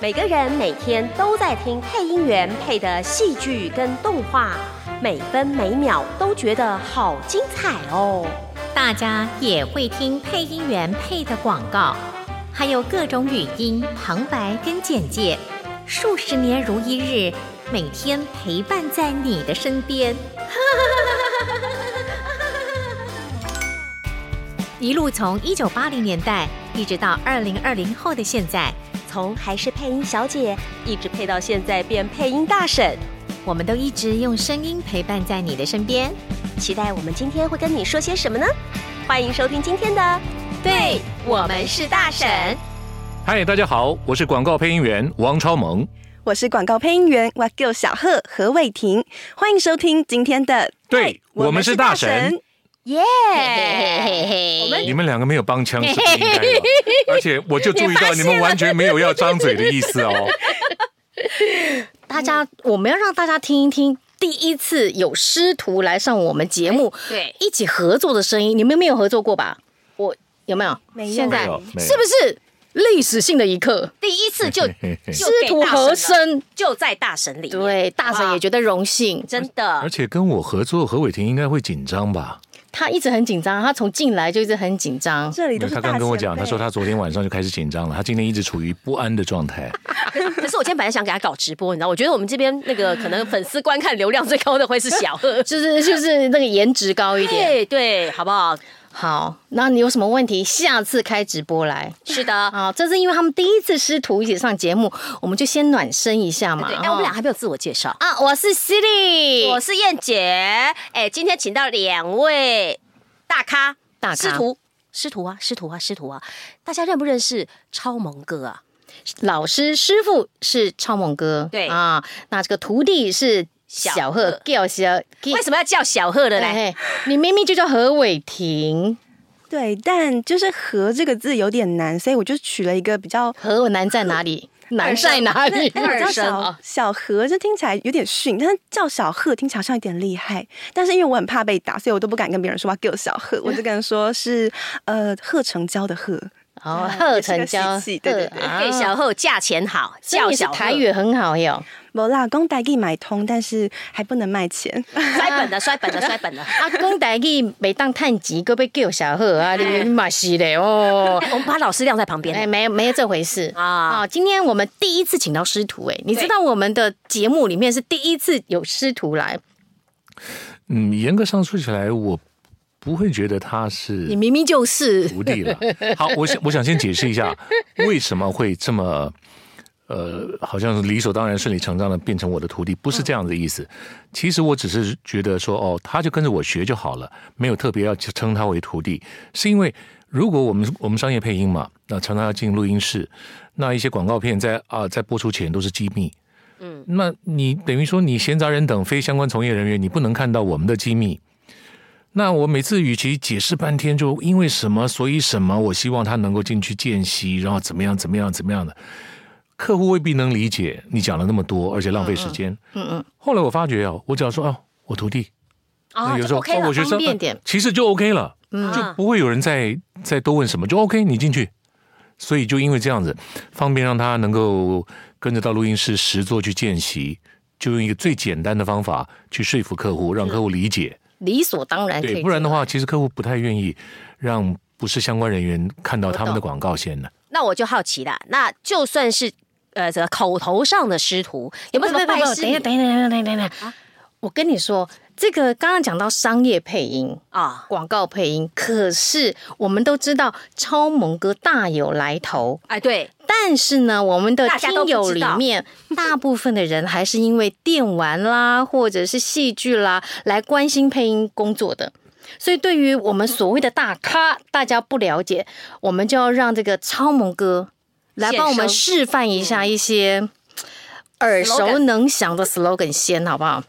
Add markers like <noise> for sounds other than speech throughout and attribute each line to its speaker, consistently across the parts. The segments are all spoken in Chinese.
Speaker 1: 每个人每天都在听配音员配的戏剧跟动画，每分每秒都觉得好精彩哦。
Speaker 2: 大家也会听配音员配的广告，还有各种语音、旁白跟简介，数十年如一日，每天陪伴在你的身边。 <laughs> 一路从一九八零年代一直到二零二零后的现在，
Speaker 1: 从还是配音小姐，一直配到现在变配音大婶，
Speaker 2: 我们都一直用声音陪伴在你的身边。
Speaker 1: 期待我们今天会跟你说些什么呢？欢迎收听今天的，
Speaker 2: 对我们是大婶。
Speaker 3: 嗨，大家好，我是广告配音员王超萌。
Speaker 4: 我是广告配音员 w a g 小贺何伟霆，欢迎收听今天的，
Speaker 3: 对我们是大神
Speaker 1: 耶、
Speaker 2: 我们
Speaker 3: 你们两个没有帮腔是不应该的，而且我就注意到你们完全没有要张嘴的意思哦。
Speaker 5: 大家，我们要让大家听一听第一次有师徒来上我们节目，
Speaker 6: 哎
Speaker 2: 对
Speaker 5: 一起合作的声音。你们没有合作过吧？我有没有？
Speaker 4: 没有
Speaker 5: 现在
Speaker 3: 没有没有
Speaker 5: 是不是历史性的一刻？
Speaker 2: 第一次
Speaker 3: <laughs>
Speaker 2: 就
Speaker 5: 师
Speaker 2: 就给
Speaker 5: 徒
Speaker 2: 大
Speaker 5: 和
Speaker 2: 神了，
Speaker 5: 声，
Speaker 1: 就在大神里，
Speaker 5: 对，大神也觉得荣幸。
Speaker 1: 真的
Speaker 3: 而且跟我合作，何伟霆应该会紧张吧？
Speaker 5: 他一直很紧张，他从进来就一直很紧张。。
Speaker 4: 这里
Speaker 3: 因
Speaker 4: 都
Speaker 3: 为
Speaker 4: 是
Speaker 3: 他
Speaker 4: 大啊
Speaker 3: 刚跟我
Speaker 4: 前
Speaker 3: 讲，
Speaker 4: 辈
Speaker 3: 他说他昨天晚上就开始紧张了，他今天一直处于不安的状态。
Speaker 6: 可是我今天本来想给他搞直播，你知道，我觉得我们这边那个可能粉丝观看流量最高的会是小贺
Speaker 5: 就是 <laughs> 就是那个颜值高一点，
Speaker 6: 对对，好不好？
Speaker 5: 好，那你有什么问题？下次开直播来。
Speaker 6: 是的，
Speaker 5: 好，这是因为他们第一次师徒一起上节目，我们就先暖身一下
Speaker 6: <laughs>
Speaker 5: 嘛。
Speaker 6: 对，哎、
Speaker 5: 哦
Speaker 6: 我们俩还没有自我介绍。
Speaker 5: 啊，我是 Siri，
Speaker 6: 我是燕姐，哎，今天请到两位大咖，
Speaker 5: 大咖
Speaker 6: 师徒，师徒啊，师徒啊，师徒啊，大家认不认识超萌哥啊？
Speaker 5: 老师师傅是超猛哥，
Speaker 6: 对
Speaker 5: 啊，那这个徒弟是小
Speaker 6: 小
Speaker 5: 贺
Speaker 6: 贺
Speaker 5: 叫小，
Speaker 6: 为什么要叫小贺的
Speaker 5: 么
Speaker 6: 呢？
Speaker 5: 呢？你明明就叫何伟霆，
Speaker 4: 对，但就是“和”这个字有点难，所以我就取了一个比较。
Speaker 5: 何难在哪里？难在哪里？哦
Speaker 4: 但
Speaker 5: <laughs>
Speaker 4: 我叫
Speaker 6: 声
Speaker 4: 小
Speaker 5: 啊
Speaker 4: 小何，这听起来有点逊，但是叫小贺听起来好像有点厉害。但是因为我很怕被打，所以我都不敢跟别人说我叫小贺，我只敢说是呃贺成交的贺。
Speaker 5: 哦，贺成
Speaker 4: 也
Speaker 5: 交，
Speaker 4: 是个喜气对对对
Speaker 5: 贺
Speaker 6: 对，小贺价钱好，
Speaker 5: 所以
Speaker 6: 叫
Speaker 5: 你是
Speaker 6: 小贺
Speaker 5: 台语很好哟。 <laughs>
Speaker 4: 我啦，公代给买通，但是还不能卖钱。
Speaker 6: 摔本了，摔本
Speaker 5: <laughs>
Speaker 6: 了，摔本哎了。
Speaker 5: 啊，讲台语每当探钱，搁要叫小贺啊，你嘛是嘞哦。
Speaker 6: 哎我们把老师晾在旁边。
Speaker 5: 哎，没有没有这回事
Speaker 6: 啊
Speaker 5: 啊！今天我们第一次请到师徒，哎，你知道我们的节目里面是第一次有师徒来，
Speaker 3: 嗯，严格上说起来，我不会觉得他
Speaker 5: 你
Speaker 3: 是
Speaker 5: 明明就是
Speaker 3: 徒弟了。好，我想我想先解释一下，为什么会这么。呃，好像是理所当然、顺理成章的变成我的徒弟，不是这样的意思。其实我只是觉得说，哦，他就跟着我学就好了，没有特别要称他为徒弟，是因为如果我们我们商业配音嘛，那常常要进录音室，那一些广告片在啊、在播出前都是机密，嗯，那你等于说你闲杂人等非相关从业人员，你不能看到我们的机密。那我每次与其解释半天，就因为什么所以什么，我希望他能够进去见习，然后怎么样怎么样怎么样的，客户未必能理解你讲了那么多，而且浪费时间。嗯嗯。后来我发觉哦，我只要说哦，我徒弟，
Speaker 6: 哦，
Speaker 3: 有时
Speaker 6: 就
Speaker 3: 候
Speaker 6: OK 了
Speaker 3: 哦、我学生
Speaker 5: 方便点
Speaker 3: 呃其实就 OK 了，就不会有人再再多问什么，就 OK，你进去。所以就因为这样子，方便让他能够跟着到录音室实做去见习，就用一个最简单的方法去说服客户，让客户理解。
Speaker 5: 理所当然可以
Speaker 3: 对，
Speaker 5: 进，
Speaker 3: 不然的话，其实客户不太愿意让不是相关人员看到他们的广告线的。
Speaker 6: 那我就好奇了，那就算是呃这个口头上的师徒，有
Speaker 5: 不
Speaker 6: 没有
Speaker 5: 是不
Speaker 6: 什么
Speaker 5: 是不
Speaker 6: 拜
Speaker 5: 是，
Speaker 6: 师
Speaker 5: 等一下等一下等一下等一下等一下，我跟你说，这个刚刚讲到商业配音。
Speaker 6: 啊？
Speaker 5: 广告配音，可是我们都知道超萌哥大有来头，
Speaker 6: 哎，对，
Speaker 5: 但是呢，我们的
Speaker 6: 大家都
Speaker 5: 听
Speaker 6: 不知道
Speaker 5: 友里 <laughs> 面大部分的人还是因为电玩啦，或者是戏剧啦来关心配音工作的。所以，对于我们所谓的大咖，大家不了解，我们就要让这个超萌哥来帮我们
Speaker 6: 现
Speaker 5: 示范一下一些耳熟能详的 slogan 先，好不好？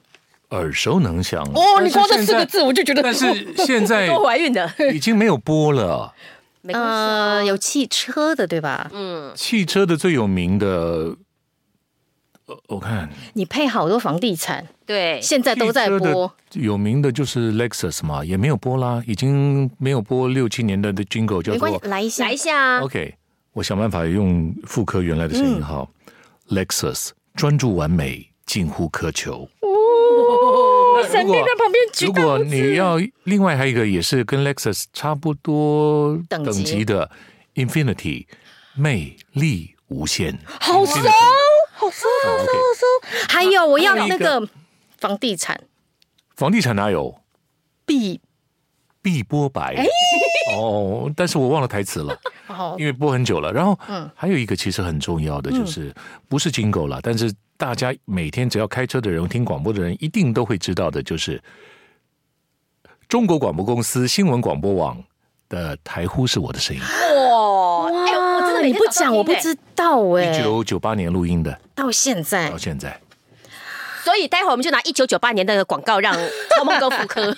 Speaker 3: 耳熟能详
Speaker 5: 哦，你光这
Speaker 3: 但是
Speaker 5: 四
Speaker 3: 现
Speaker 5: 个
Speaker 3: 在
Speaker 5: 字我就觉得，
Speaker 3: 但是哎现在
Speaker 6: 都怀孕
Speaker 3: <laughs>
Speaker 6: 的，
Speaker 3: 已经没有播
Speaker 5: <laughs>
Speaker 3: 了。
Speaker 6: 没关系
Speaker 5: 呃，有汽车的对吧？
Speaker 3: 汽车的最有名的，呃，我看
Speaker 5: 你配好多房地产，
Speaker 6: 对，
Speaker 5: 现在都在
Speaker 3: 汽车
Speaker 5: 播
Speaker 3: 的。有名的就是 Lexus 嘛，也没有播啦，已经没有播六七年的的 Jingle 叫
Speaker 5: 没关系
Speaker 6: 啊
Speaker 3: 做，
Speaker 5: 来一下
Speaker 6: 来一下，
Speaker 3: OK。我想办法用复刻原来的声音哈。 Lexus，专注完美，近乎苛求。
Speaker 5: 闪电在旁边举
Speaker 3: 如
Speaker 5: 大
Speaker 3: 果
Speaker 5: 拇
Speaker 3: 你
Speaker 5: 指。
Speaker 3: 要另外还有一个也是跟 Lexus 差不多
Speaker 5: 等级
Speaker 3: 等级的 Infinity，魅力无限，
Speaker 5: 好
Speaker 3: 骚
Speaker 5: 骚，
Speaker 3: 好骚，好骚！
Speaker 5: 还有我要
Speaker 3: 还有一
Speaker 5: 那
Speaker 3: 个
Speaker 5: 个房地产
Speaker 3: 房地产哪有
Speaker 5: 必
Speaker 3: 碧波白？哦，但是我忘了台词了，
Speaker 5: 哦
Speaker 3: 因为播很久了。然后还有一个其实很重要的就是不是金狗了，但是大家每天只要开车的人、听广播的人一定都会知道的，就是中国广播公司新闻广播网的台呼是我的声音。
Speaker 6: 哇，哎，我真的每
Speaker 5: 啊你
Speaker 6: 天
Speaker 5: 不
Speaker 6: 早上
Speaker 5: 讲我不
Speaker 6: 听哎
Speaker 5: 知道哎、
Speaker 3: 欸一九九八年录音的，
Speaker 5: 到现在
Speaker 3: 到现在。
Speaker 6: 所以待会儿我们就拿一九九八年的广告让超梦哥复刻。
Speaker 3: 哦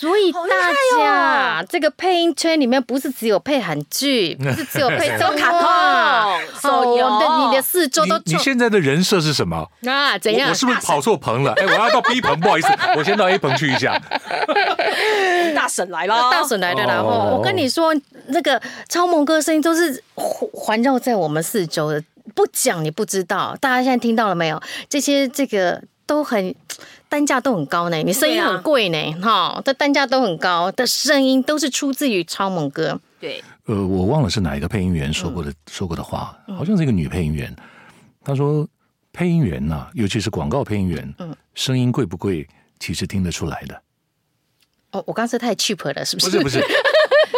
Speaker 5: 所以大家、这个配音圈里面不是只有配韩
Speaker 3: <laughs>
Speaker 5: 剧，不是只有配
Speaker 3: 啊
Speaker 6: 只有卡通
Speaker 5: 哦，
Speaker 6: 手游
Speaker 5: 我的你的四周都
Speaker 3: 你你现在的人设是什么？
Speaker 5: 啊，怎
Speaker 3: 我
Speaker 5: 样
Speaker 3: 我？是不是跑错棚了？哎，我要到 B 棚，不好意思，我先到 A 棚去一下。
Speaker 6: 大婶来了，
Speaker 5: 大婶来的啦！
Speaker 3: 哦
Speaker 5: 哦，我跟你说，那个超萌哥的声音都是环环绕在我们四周的，不讲你不知道。大家现在听到了没有？这些这个都很单价都很高呢，你声音很贵呢，
Speaker 3: 啊
Speaker 5: 哈、这单价都很高的声音都是出自于超萌哥。
Speaker 6: 对，
Speaker 3: 呃，我忘了是哪一个配音员说过的、说过的话，好像是一个女配音员，她说配音员呐、尤其是广告配音员，声音贵不贵，其实听得出来的。
Speaker 5: 哦，我刚才太 cheap 了，是不是？
Speaker 3: 不是不是，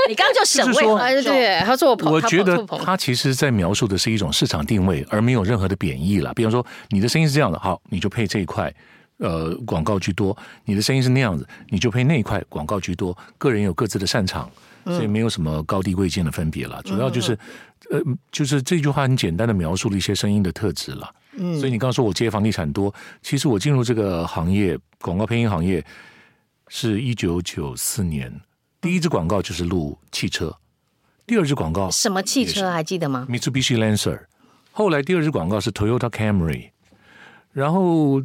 Speaker 6: 你刚刚就审
Speaker 3: 就是
Speaker 6: 问
Speaker 3: 说
Speaker 5: 哎，
Speaker 6: 很重，
Speaker 5: 对，他说我捧，
Speaker 3: 我
Speaker 5: 他
Speaker 3: 觉
Speaker 5: 捧
Speaker 3: 得
Speaker 5: 他捧
Speaker 3: 他其实在描述的是一种市场定位，而没有任何的贬义了。比方说，你的声音是这样的，好，你就配这一块，呃，广告居多；你的声音是那样子，你就配那一块，广告居多。个人有各自的擅长，所以没有什么高低贵贱的分别了。主要就是，呃，就是这句话很简单的描述了一些声音的特质了。嗯，所以你刚刚说我接房地产多，其实我进入这个行业，广告配音行业，是一九九四年，第一支广告就是录汽车。第二支广告
Speaker 5: 什么汽车啊还记得吗？
Speaker 3: Mitsubishi Lancer，后来第二支广告是 Toyota Camry，然后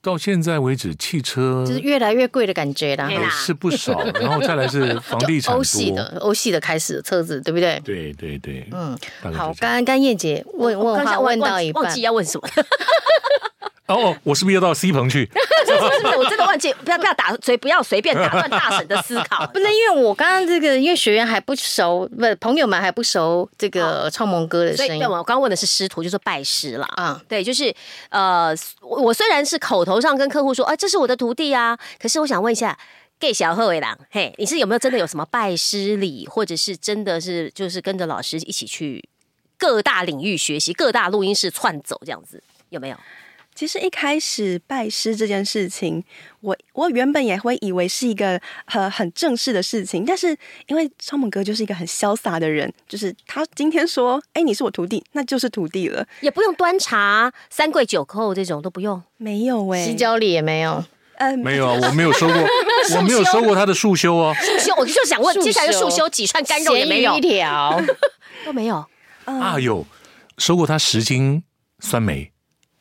Speaker 3: 到现在为止，汽车
Speaker 5: 就是越来越贵的感觉啦。
Speaker 6: 对
Speaker 3: 呃
Speaker 6: 啦
Speaker 3: 是不
Speaker 5: <laughs>
Speaker 3: 少，然后再来是房地产
Speaker 5: 欧系
Speaker 3: 多，
Speaker 5: 的，欧系的开始车子，对不对？
Speaker 3: 对对对，嗯，大概
Speaker 5: 好，
Speaker 3: 就这
Speaker 5: 刚
Speaker 3: 样。
Speaker 5: 刚刚燕姐问问
Speaker 6: 哦刚
Speaker 5: 话
Speaker 6: 想
Speaker 5: 问到一
Speaker 6: 忘
Speaker 5: 半
Speaker 6: 记，要问什么， <laughs>
Speaker 3: 哦哦，我是不是要到 C 棚去？
Speaker 6: 是不是？我真的忘记，不要不要打，所以不要随便打断大婶的思考。
Speaker 5: <laughs> 不能因为我刚刚这个，因为学员还不熟，不朋友们还不熟这个超萌哥的
Speaker 6: 所以，
Speaker 5: 声音
Speaker 6: 对，我刚刚问的是师徒，就说拜师啦。
Speaker 5: 啊
Speaker 6: 啊，对，就是呃，我我虽然是口头上跟客户说啊，这是我的徒弟啊，可是我想问一下。给小贺伟郎，嘿，你是有没有真的有什么拜师礼，或者是真的是就是跟着老师一起去各大领域学习，各大录音室窜走这样子，有没有？
Speaker 4: 其实一开始拜师这件事情，我我原本也会以为是一个很很正式的事情，但是因为超猛哥就是一个很潇洒的人，就是他今天说，哎，你是我徒弟，那就是徒弟了，
Speaker 6: 也不用端茶、三跪九叩这种都不用。
Speaker 4: 没有哎、
Speaker 5: 洗脚里也没有，
Speaker 4: 嗯、
Speaker 3: 没有啊，我没有
Speaker 5: <laughs>
Speaker 3: 收过，我没有收过他的束修哦。
Speaker 6: 束修，我就想问
Speaker 5: 束，修
Speaker 6: 接下来就束修几串干肉也没有
Speaker 5: 咸鱼一，
Speaker 6: <laughs>
Speaker 5: 条，
Speaker 6: 都没有。
Speaker 5: 嗯
Speaker 3: 啊，有收过他十斤酸梅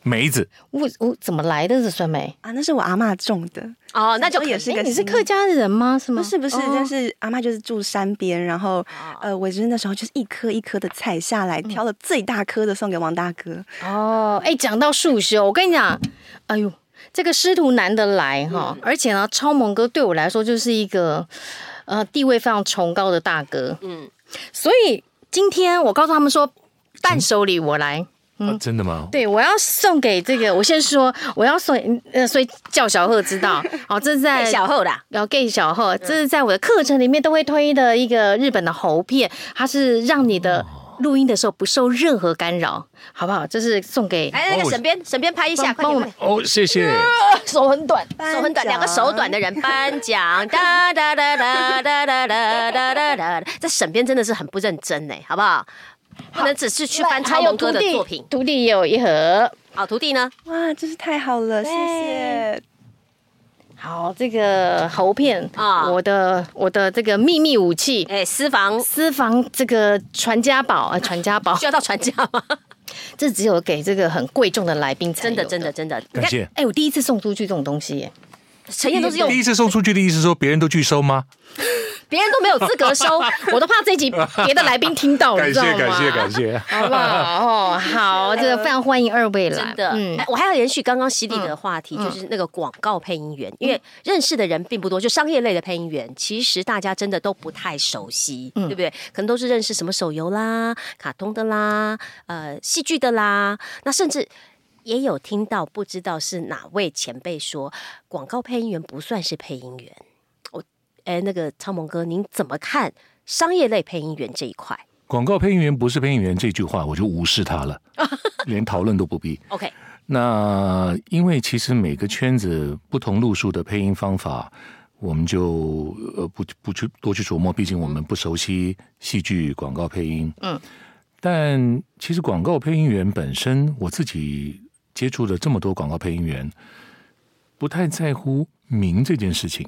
Speaker 3: 梅子，
Speaker 5: 我我怎么来的这酸梅？
Speaker 4: 啊，那是我阿妈种的，
Speaker 6: 哦，那就
Speaker 4: 也是一
Speaker 5: 哎，
Speaker 4: 个
Speaker 5: 你是
Speaker 4: 习
Speaker 5: 客家人吗？是吗？
Speaker 4: 不是不是，
Speaker 5: 哦
Speaker 4: 但是阿妈就是住山边，然后
Speaker 6: 啊
Speaker 4: 呃，我就是那时候就是一颗一颗的采下来，
Speaker 6: 嗯
Speaker 4: 挑了最大颗的送给王大哥。
Speaker 5: 哦，哎，讲到束修，我跟你讲，哎呦，这个师徒难得来哈、
Speaker 6: 嗯
Speaker 5: 而且呢，超萌哥对我来说就是一个呃地位非常崇高的大哥，嗯
Speaker 6: 嗯，
Speaker 5: 所以今天我告诉他们说，伴手礼我来。
Speaker 3: 啊真的吗？
Speaker 5: 嗯对，我要送给这个，我先说，我要送，呃，所以叫小贺知道，哦，这是在
Speaker 6: 给小嗯贺啦，
Speaker 5: 要 gay 小贺，这是在我的课程里面都会推的一个日本的喉片，它是让你
Speaker 6: 哦
Speaker 5: 的录音的时候不受任何干扰，好不好？这是送给
Speaker 6: 哎，那
Speaker 3: 哦
Speaker 6: 个沈边，沈边拍一下，快
Speaker 5: 帮帮
Speaker 6: 点，
Speaker 5: 我
Speaker 6: 快
Speaker 5: 们
Speaker 6: 点
Speaker 3: 哦，谢谢。
Speaker 5: 嗯手很短，
Speaker 6: 手很短，两个手短的人颁奖，哒哒哒哒哒哒哒哒哒哒。这沈边真的是很不认真呢，好不好？不能只是去翻超龙哥的作品。
Speaker 5: 徒弟也有一盒。
Speaker 6: 好，徒弟呢？
Speaker 4: 哇，真是太好了，谢谢。
Speaker 5: 好，这个喉片啊，
Speaker 6: 啊
Speaker 5: 我的我的这个秘密武器，
Speaker 6: 哎，私房
Speaker 5: 私房这个传家宝，呃，传
Speaker 6: <laughs>
Speaker 5: 家宝
Speaker 6: 需，要到传家吗？
Speaker 5: 这只有给这个很贵重的来宾才
Speaker 6: 真的，
Speaker 5: 有
Speaker 6: 真的，。真的。你
Speaker 3: 感
Speaker 6: 看，
Speaker 3: 谢。
Speaker 5: 哎，我第一次送出去这种东西耶， <laughs>
Speaker 6: 陈燕都是用
Speaker 3: 第一次送出去的意思是说别人都拒收吗？
Speaker 6: 别人都没有资格收，
Speaker 5: 哦
Speaker 6: <laughs>
Speaker 5: 我都怕这一集别的来宾听到，你知道吗？
Speaker 3: 谢。
Speaker 5: 好不好？哦，好，聊，这个非常欢迎二位来。嗯
Speaker 6: 真的，哎，我还要延续刚刚洗礼的话题，就是那个广告配音员，因为认识的人并不多，就商业类的配音员，其实大家真的都不太熟悉，对不对？可能都是认识什么手游啦、卡通的啦、呃，戏剧的啦，那甚至。也有听到不知道是哪位前辈说，广告配音员不算是配音员。我哎，那个超萌哥，您怎么看商业类配音员这一块
Speaker 3: 广告配音员不是配音员这句话，我就无视他
Speaker 5: <laughs>
Speaker 3: 了，连讨论都不必。
Speaker 6: ？OK，
Speaker 3: 那因为其实每个圈子不同路数的配音方法，我们就呃不不去多去琢磨，毕竟我们不熟悉戏剧广告配音。
Speaker 5: 嗯，
Speaker 3: 但其实广告配音员本身，我自己接触了这么多广告配音员，不太在乎名这件事情，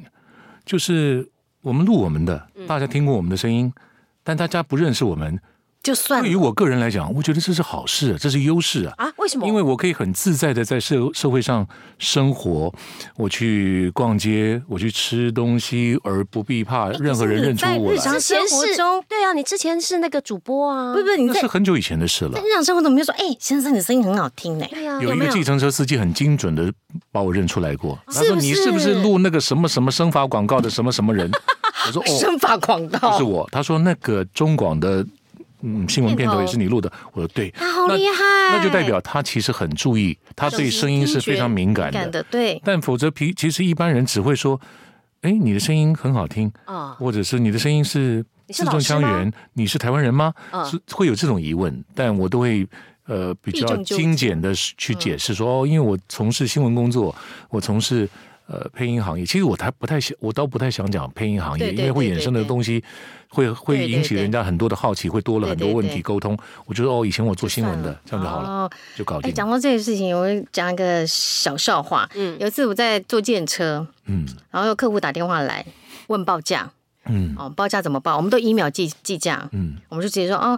Speaker 3: 就是我们录我们的，大家听过我们的声音，但大家不认识我们。
Speaker 5: 就算
Speaker 3: 对于我个人来讲，我觉得这是好事，这是优势啊。
Speaker 6: 啊，为什么？
Speaker 3: 因为我可以很自在的在社社会上生活，我去逛街，我去吃东西，而不必怕任何人认出我
Speaker 5: 在日
Speaker 3: 来
Speaker 5: 常。生活中
Speaker 6: 对啊，你之前是那个主播啊，
Speaker 5: 不不，你
Speaker 3: 那
Speaker 5: 在
Speaker 3: 是很久以前的事了
Speaker 5: 在。日常生活中，没有说，哎，先生，你声音很好听呢。
Speaker 6: 对啊，
Speaker 3: 有一
Speaker 5: 没
Speaker 3: 个
Speaker 5: 有
Speaker 3: 计程车司机很精准的把我认出来过，他
Speaker 6: 是
Speaker 3: 说
Speaker 6: 不
Speaker 3: 你是不
Speaker 6: 是
Speaker 3: 是录那个什么什么生发广告的什么什么人？我说哦，
Speaker 5: 生发广
Speaker 3: 就是
Speaker 5: 告，
Speaker 3: 我。他说那个中广的嗯新闻片头也是你录的。我说对，
Speaker 5: 他好
Speaker 3: 那
Speaker 5: 厉害，
Speaker 3: 那就代表他其实很注意，他对声音是非常敏感的
Speaker 5: 感。的，对，
Speaker 3: 但否则，其其实一般人只会说：“哎，你的声音很好听，
Speaker 5: 嗯
Speaker 6: 啊，
Speaker 3: 或者是你的声音是字正腔圆，你是台湾人吗？”
Speaker 6: 嗯
Speaker 3: 是会有这种疑问，但我都会呃比
Speaker 5: 避
Speaker 3: 较
Speaker 5: 重就嗯
Speaker 3: 精简的去解释说：“哦，因为我从事新闻工作，我从事呃配音行业。其实我太不太想，我倒不太想讲配音行业，
Speaker 5: 对对
Speaker 3: 因为会
Speaker 5: 对
Speaker 3: 衍
Speaker 5: 对
Speaker 3: 生的
Speaker 5: 对
Speaker 3: 东西会会
Speaker 5: 对对
Speaker 3: 引起
Speaker 5: 对
Speaker 3: 人家很多的好奇，会多了
Speaker 5: 对
Speaker 3: 很
Speaker 5: 对
Speaker 3: 多问
Speaker 5: 对
Speaker 3: 题沟通。我觉得哦，以前我做新闻
Speaker 5: 算
Speaker 3: 的，这样就好了，
Speaker 5: 哦
Speaker 3: 就搞
Speaker 5: 哎，
Speaker 3: 定。
Speaker 5: 讲到这个事情，我讲一个小笑话。
Speaker 6: 嗯
Speaker 5: 有一次我在坐电车，
Speaker 3: 嗯
Speaker 5: 然后有客户打电话来问报价，
Speaker 3: 嗯
Speaker 5: 哦，报价怎么报？我们都 email 记记价，
Speaker 3: 嗯，
Speaker 5: 我们就直接说哦，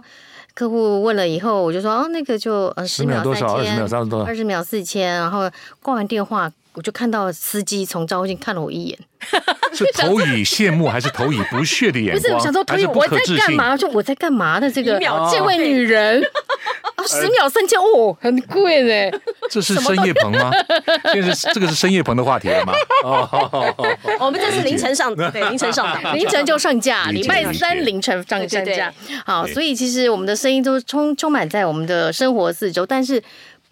Speaker 5: 客户问了以后，我就说哦，那个就呃
Speaker 3: 十
Speaker 5: 十
Speaker 3: 秒
Speaker 5: 秒
Speaker 3: 多少，二十
Speaker 5: 三
Speaker 3: 秒
Speaker 5: 千，
Speaker 3: 三十多少
Speaker 5: 二。十秒四千，然后挂完电话，我就看到司机从照镜看了我一眼， <laughs>
Speaker 3: 是投以羡慕还是投以不屑的眼
Speaker 5: 不
Speaker 3: 光？
Speaker 5: 是我想说，
Speaker 3: 还
Speaker 5: 同
Speaker 3: 是
Speaker 5: 学
Speaker 3: 不
Speaker 5: 我
Speaker 3: 可
Speaker 5: 在
Speaker 3: 置
Speaker 5: 干
Speaker 3: 信？
Speaker 5: 嘛？就我在干嘛的这个
Speaker 6: 秒
Speaker 5: 这位女
Speaker 3: <laughs>
Speaker 5: 人。啊，十秒三千哦，很贵嘞！
Speaker 3: 这是深夜棚吗？现在是这个是深夜棚的话题了
Speaker 5: <laughs>
Speaker 3: 吗？哦，
Speaker 6: 我们这是凌晨上，对，凌晨上的，
Speaker 5: 凌晨就上架，
Speaker 3: <laughs> 理
Speaker 5: 礼
Speaker 3: 解
Speaker 5: 拜
Speaker 3: 理解
Speaker 5: 三凌晨上
Speaker 6: 对
Speaker 5: 上
Speaker 6: 对
Speaker 5: 架。好，所以其实我们的声音都充充满在我们的生活四周，但是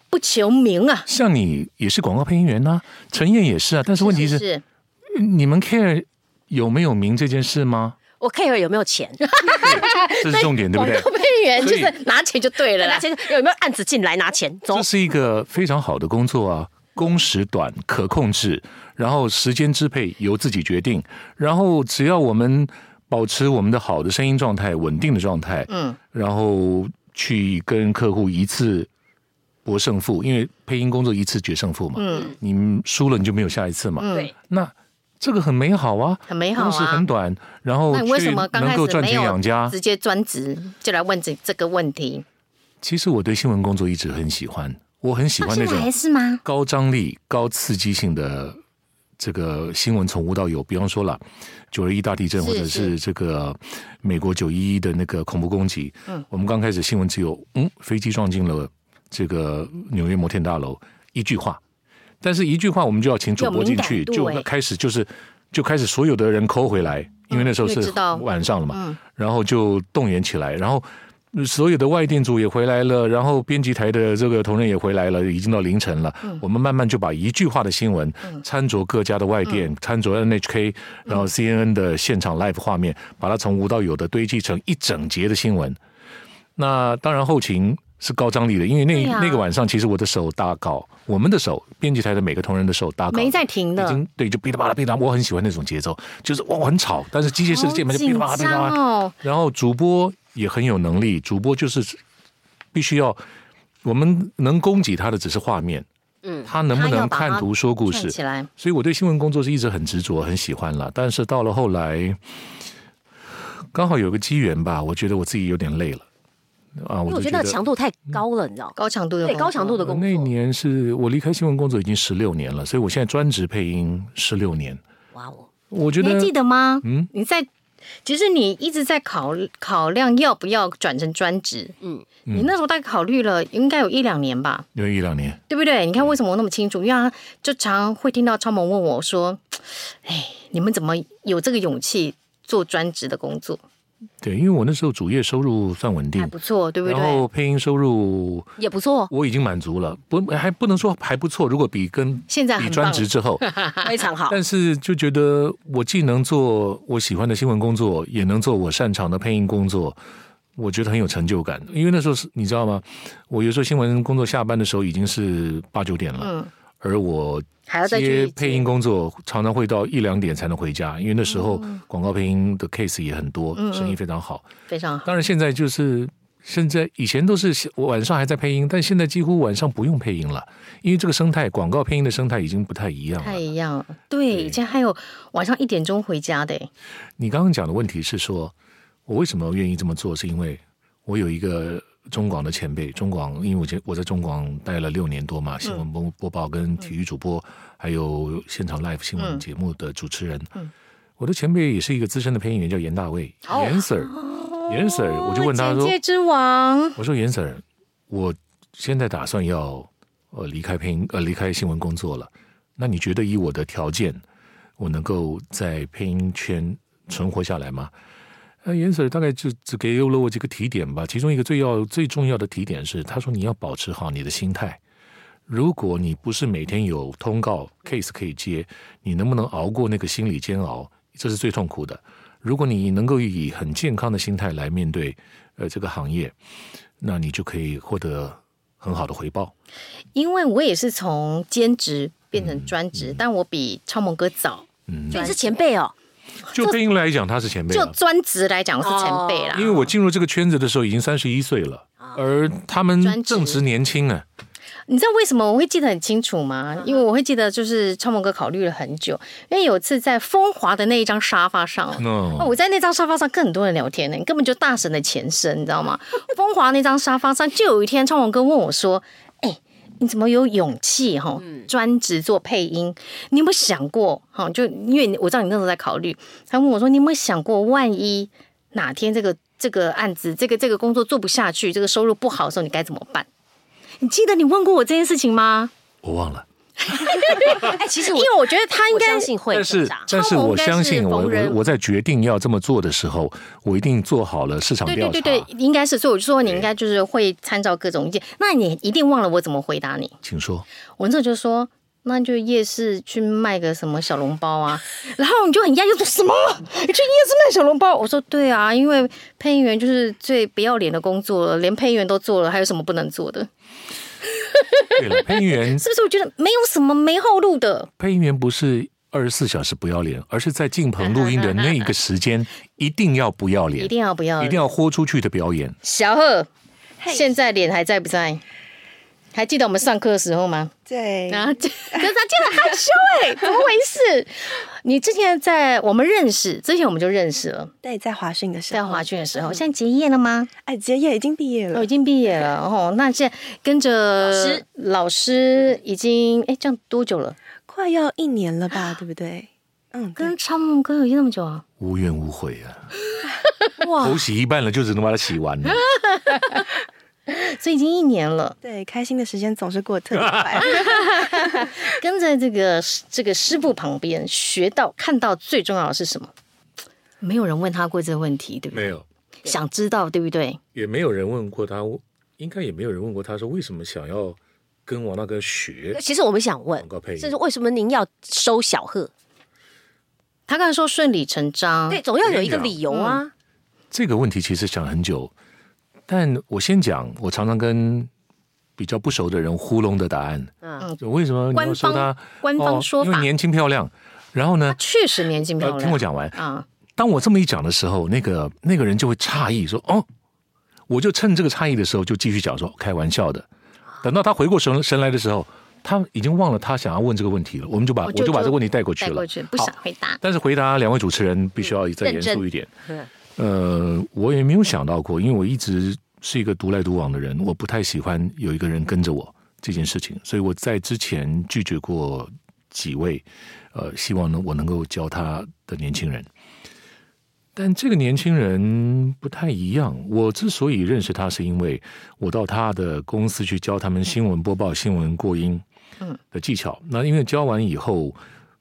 Speaker 5: 不求名啊。
Speaker 3: 像你也是广告配音员呐、陈燕也是啊。但是问题是，
Speaker 5: 是
Speaker 3: 你们 care 有没有名这件事吗？
Speaker 6: 我 care 有没有钱，
Speaker 3: 这是重点，对不
Speaker 5: 广
Speaker 3: 对
Speaker 5: 告？配员就
Speaker 3: 所以
Speaker 5: 是 <laughs> 拿钱就对了
Speaker 6: 拿
Speaker 5: 啦。
Speaker 6: 钱有没有案子进来拿钱，走
Speaker 3: 这，是一个非常好的工作啊，工时短，可控制，然后时间支配由自己决定，然后只要我们保持我们的好的声音状态、稳定的状态，
Speaker 5: 嗯，
Speaker 3: 然后去跟客户一次搏胜负，因为配音工作一次决胜负嘛，
Speaker 5: 嗯，
Speaker 3: 你输了你就没有下一次嘛，
Speaker 5: 嗯，
Speaker 6: 对，
Speaker 3: 那这个很美好啊，
Speaker 5: 很美好
Speaker 3: 工时很
Speaker 5: 啊。
Speaker 3: 短，然后
Speaker 5: 那你为
Speaker 3: 去
Speaker 5: 什么刚
Speaker 3: 能
Speaker 5: 开
Speaker 3: 够
Speaker 5: 始
Speaker 3: 赚
Speaker 5: 没
Speaker 3: 钱
Speaker 5: 有
Speaker 3: 养家？
Speaker 5: 直接专职就来问这这个问题？
Speaker 3: 其实我对新闻工作一直很喜欢，我很喜
Speaker 5: 到
Speaker 3: 欢那
Speaker 5: 现在
Speaker 3: 种
Speaker 5: 啊还是吗？
Speaker 3: 高张力、高刺激性的这个新闻从无到有，比方说了九二一大地震，
Speaker 5: 是
Speaker 3: 或者是这个美国九一一的那个恐怖攻击。
Speaker 5: 嗯，
Speaker 3: 我们刚开始新闻只有嗯，飞机撞进了这个纽约摩天大楼，一句话，但是一句话我们就要请主播进去，
Speaker 5: 有敏感度
Speaker 3: 就
Speaker 5: 欸
Speaker 3: 开始就是就开始所有的人抠回来，因为那时候
Speaker 5: 嗯因为
Speaker 3: 是
Speaker 5: 知道
Speaker 3: 晚上了嘛，
Speaker 5: 嗯
Speaker 3: 然后就动员起来，然后。所有的外电组也回来了，然后编辑台的这个同仁也回来了，已经到凌晨了。
Speaker 5: 嗯
Speaker 3: 我们慢慢就把一句话的新闻，掺着各家的外电，
Speaker 5: 嗯
Speaker 3: 掺着 NHK，然后 CNN 的现场 live 画面，把它从无到有的堆积成一整节的新闻。那当然后勤是高张力的，因为那、
Speaker 5: 对啊
Speaker 3: 那个晚上，其实我的手打稿，我们的手，编辑台的每个同仁的手打稿，
Speaker 5: 没在停
Speaker 3: 已
Speaker 5: 的，
Speaker 3: 经对，就噼里啪啦噼里啪啦，我很喜欢那种节奏，就是哇很吵，但是机械式的键盘就噼里啪啦噼
Speaker 5: 好紧
Speaker 3: 里啪
Speaker 5: 张
Speaker 3: 啦。
Speaker 5: 哦。
Speaker 3: 然后主播也很有能力，主播就是必须要我们能供给他的只是画面，
Speaker 6: 嗯，
Speaker 3: 他能不
Speaker 5: 他要
Speaker 3: 能
Speaker 5: 把它
Speaker 3: 看图说故
Speaker 5: 串
Speaker 3: 事
Speaker 5: 起？来，
Speaker 3: 所以我对新闻工作是一直很执着，很喜欢了。但是到了后来，刚好有个机缘吧，我觉得我自己有点累了啊，
Speaker 6: 因为
Speaker 3: 我
Speaker 6: 我
Speaker 3: 就
Speaker 6: 觉
Speaker 3: 觉
Speaker 6: 得那
Speaker 3: 得
Speaker 6: 个强度太高了，你知道吗？
Speaker 5: 高强度的
Speaker 6: 对，
Speaker 5: 工作
Speaker 6: 高强度的
Speaker 3: 呃
Speaker 6: 工
Speaker 3: 那
Speaker 6: 作，
Speaker 3: 年是我离开新闻工作已经十六年了，所以我现在专职配音十六年。
Speaker 6: 哇哦，
Speaker 3: 我觉
Speaker 5: 你还
Speaker 3: 得
Speaker 5: 记得吗？
Speaker 3: 嗯
Speaker 5: 你在其实你一直在考考量要不要转成专职，嗯，你那时候大概考虑了应该有一两年吧，
Speaker 3: 因为一两年，
Speaker 5: 对不对？你看
Speaker 3: 嗯
Speaker 5: 为什么我那么清楚？因为他就常会听到超萌问我说：“哎，你们怎么有这个勇气做专职的工作？
Speaker 3: 对，因为我那时候主业收入算稳定
Speaker 5: 还，不错，啊对不
Speaker 3: 嗯然
Speaker 5: 对
Speaker 3: 后配音收入
Speaker 6: 也不错，
Speaker 3: 我已经满足了，不还不能说还不错，如果比跟
Speaker 5: 现在很
Speaker 3: 比专
Speaker 5: 棒
Speaker 3: 职之
Speaker 5: <laughs>
Speaker 3: 后，
Speaker 6: 非常好。
Speaker 3: 但是就觉得我既能做我喜欢的新闻工作，也能做我擅长的配音工作，我觉得很有成就感。因为那时候是你知道吗？我有时候新闻工作下班的时候已经是八九点了，
Speaker 5: 嗯
Speaker 3: 而我
Speaker 5: 还要再
Speaker 3: 接
Speaker 5: 去
Speaker 3: 配音工作，常常会到一两点才能回家，因为那时候
Speaker 5: 嗯
Speaker 3: 广告配音的 case 也很多，生意非常好。
Speaker 5: 非常好。
Speaker 3: 当然现在就是。现在以前都是晚上还在配音，但现在几乎晚上不用配音了，因为这个生态广告配音的生态已经不太一样了。
Speaker 5: 太一样了，对，以前还有晚上一点钟回家的，哎
Speaker 3: 你刚刚讲的问题是说，我为什么愿意这么做？是因为我有一个中广的前辈，中广，因为我在我在中广待了六年多
Speaker 5: 嗯
Speaker 3: 嘛，新闻播播报跟体育主播，还有现场 live 新闻节目的主持人。
Speaker 5: 嗯
Speaker 3: 我的前辈也是一个资深的配音员，叫严大卫，严 Sir，严 Sir，我就问他
Speaker 5: 哦简
Speaker 3: 说，
Speaker 5: 介之王，
Speaker 3: 我说严 Sir，我现在打算要呃离开配音呃离开新闻工作了，那你觉得以我的条件，我能够在配音圈存活下来吗？呃，严 Sir 大概就只给了我几个提点吧，其中一个最要最重要的提点是，他说你要保持好你的心态。如果你不是每天有通告 case 可以接，你能不能熬过那个心理煎熬？这是最痛苦的。如果你能够以很健康的心态来面对呃这个行业，那你就可以获得很好的回报。
Speaker 5: 因为我也是从兼职变成专职，但我比超萌哥早，
Speaker 3: 嗯，
Speaker 6: 所以你是前辈哦，
Speaker 3: <laughs> 就配音来讲，他是前辈
Speaker 5: 就
Speaker 3: 了，
Speaker 5: 专职来讲是前辈啦
Speaker 3: 因。为我进入这个圈子的时候已经三十一岁了，而他
Speaker 5: 啊专
Speaker 3: 们
Speaker 5: 职
Speaker 3: 正值年轻啊。
Speaker 5: 你知道为什么我会记得很清楚吗？因为我会记得，就是超萌哥考虑了很久，因为有一次在风华的那一张沙发上。哦，
Speaker 3: 嗯，
Speaker 5: 我在那张沙发上跟很多人聊天呢，根本就大神的前身，你知道吗？ <laughs> 风华那张沙发上，就有一天超文哥问我说：“哎、你怎么有勇气哈，专职做配音？你有没有想过哈？就因为我知道你那时候在考虑，他问我说：你有没有想过，万一哪天这个这个案子，这个这个工作做不下去，这个收入不好的时候，你该怎么办？你记得你问过我这件事情吗？
Speaker 3: 我忘
Speaker 5: <laughs>
Speaker 3: 了，
Speaker 6: 哎，其实
Speaker 5: 因
Speaker 6: 我
Speaker 5: 为我觉得他应
Speaker 6: 我
Speaker 5: 该
Speaker 6: 相信会
Speaker 3: 但是
Speaker 6: 成长
Speaker 3: 但是
Speaker 5: 超模
Speaker 3: 我
Speaker 5: 应该
Speaker 3: 相
Speaker 5: 是
Speaker 3: 信我
Speaker 5: 逢
Speaker 3: 我
Speaker 5: 人
Speaker 3: 我在决定要这么做的时候，我一定做好了市场
Speaker 5: 对
Speaker 3: 调
Speaker 5: 对
Speaker 3: 查。
Speaker 5: 对对，应该是，所以我就说你应该就是会参照各种意见。那你一定忘了我怎么回答你。
Speaker 3: 请说，
Speaker 5: 我那时候就说，那就夜市去卖个什么小笼包
Speaker 3: <laughs>
Speaker 5: 啊。然后你就很讶异，就说什么？你去夜市卖小笼包？我说对啊，因为配音员就是最不要脸的工作了，连配音员都做了，还有什么不能做的？
Speaker 3: 对了，配音员
Speaker 5: 是不是？我觉得没有什么没后路的。
Speaker 3: 配音员不是二十四小时不要脸，而是在进棚录音的那一个时间一定要不要脸，
Speaker 5: 一定要不要
Speaker 3: 一定要豁出去的表演。
Speaker 5: 小贺，
Speaker 4: 嘿
Speaker 5: 现在脸还在不在？还记得我们上课的时候吗？
Speaker 4: 对，
Speaker 5: 然后就 <laughs> 可是他真的害羞
Speaker 3: <laughs>
Speaker 5: 哎、怎么回事？你之前在我们认识之前我们就认识了，
Speaker 4: 对，在华讯的时
Speaker 5: 在
Speaker 4: 候，
Speaker 5: 华俊的时
Speaker 3: 嗯
Speaker 5: 候，现在结业了吗？
Speaker 4: 哎，结业已经毕业
Speaker 5: 哦，
Speaker 4: 了
Speaker 5: 已，经毕业了哦。那现在跟着老
Speaker 6: 师
Speaker 5: 老师已经哎，这样多久了？
Speaker 4: 快要一年了吧，对不对？ <laughs> 嗯，对
Speaker 5: 跟超梦哥有那么久啊？
Speaker 3: 无怨无悔
Speaker 5: <laughs>
Speaker 3: 啊！
Speaker 6: 哇
Speaker 3: 头，洗一半了，就只能把它洗完了。
Speaker 5: 所以已经一年了，
Speaker 4: 对，开心的时间总是过得特别快。 <laughs>
Speaker 5: 跟在这个这个师傅旁边学到看到最重要的是什么？没有人问他过这个问题，对不对？
Speaker 3: 没有，
Speaker 5: 想知道对不对？
Speaker 3: 也没有人问过他，应该也没有人问过他说为什么想要跟王大哥
Speaker 5: <laughs>
Speaker 3: 学
Speaker 6: 其实我们想问
Speaker 3: 广，告配音
Speaker 6: 这。是为什么您要收小贺？
Speaker 5: 他刚才说顺理成章，
Speaker 6: 对，，总要有一个理由啊。
Speaker 3: 这个问题其实想很久，但我先讲，我常常跟比较不熟的人糊弄的答案。
Speaker 6: 嗯，
Speaker 3: 就为什么你要说他
Speaker 5: 官方官方说法
Speaker 3: 哦？因为年轻漂亮。然后呢？
Speaker 5: 确实年轻漂
Speaker 3: 呃，
Speaker 5: 亮。
Speaker 3: 听我讲完，
Speaker 5: 啊，
Speaker 3: 当我这么一讲的时候，那个那个人就会诧异说：“哦，我就趁这个诧异的时候就继续讲说开玩笑的。”等到他回过神神来的时候，他已经忘了他想要问这个问题了。我们就把我
Speaker 5: 我
Speaker 3: 就
Speaker 5: 哦就
Speaker 3: 把这个问题带过去
Speaker 5: 带
Speaker 3: 了
Speaker 5: 过。去不想回答。
Speaker 3: 但是回答两位主持人必须要再严肃一点。呃，我也没有想到过，因为我一直是一个独来独往的人，我不太喜欢有一个人跟着我这件事情，所以我在之前拒绝过几位，呃，希望呢我能够教他的年轻人。但这个年轻人不太一样。我之所以认识他，是因为我到他的公司去教他们新闻播报、新闻过音的技巧。那因为教完以后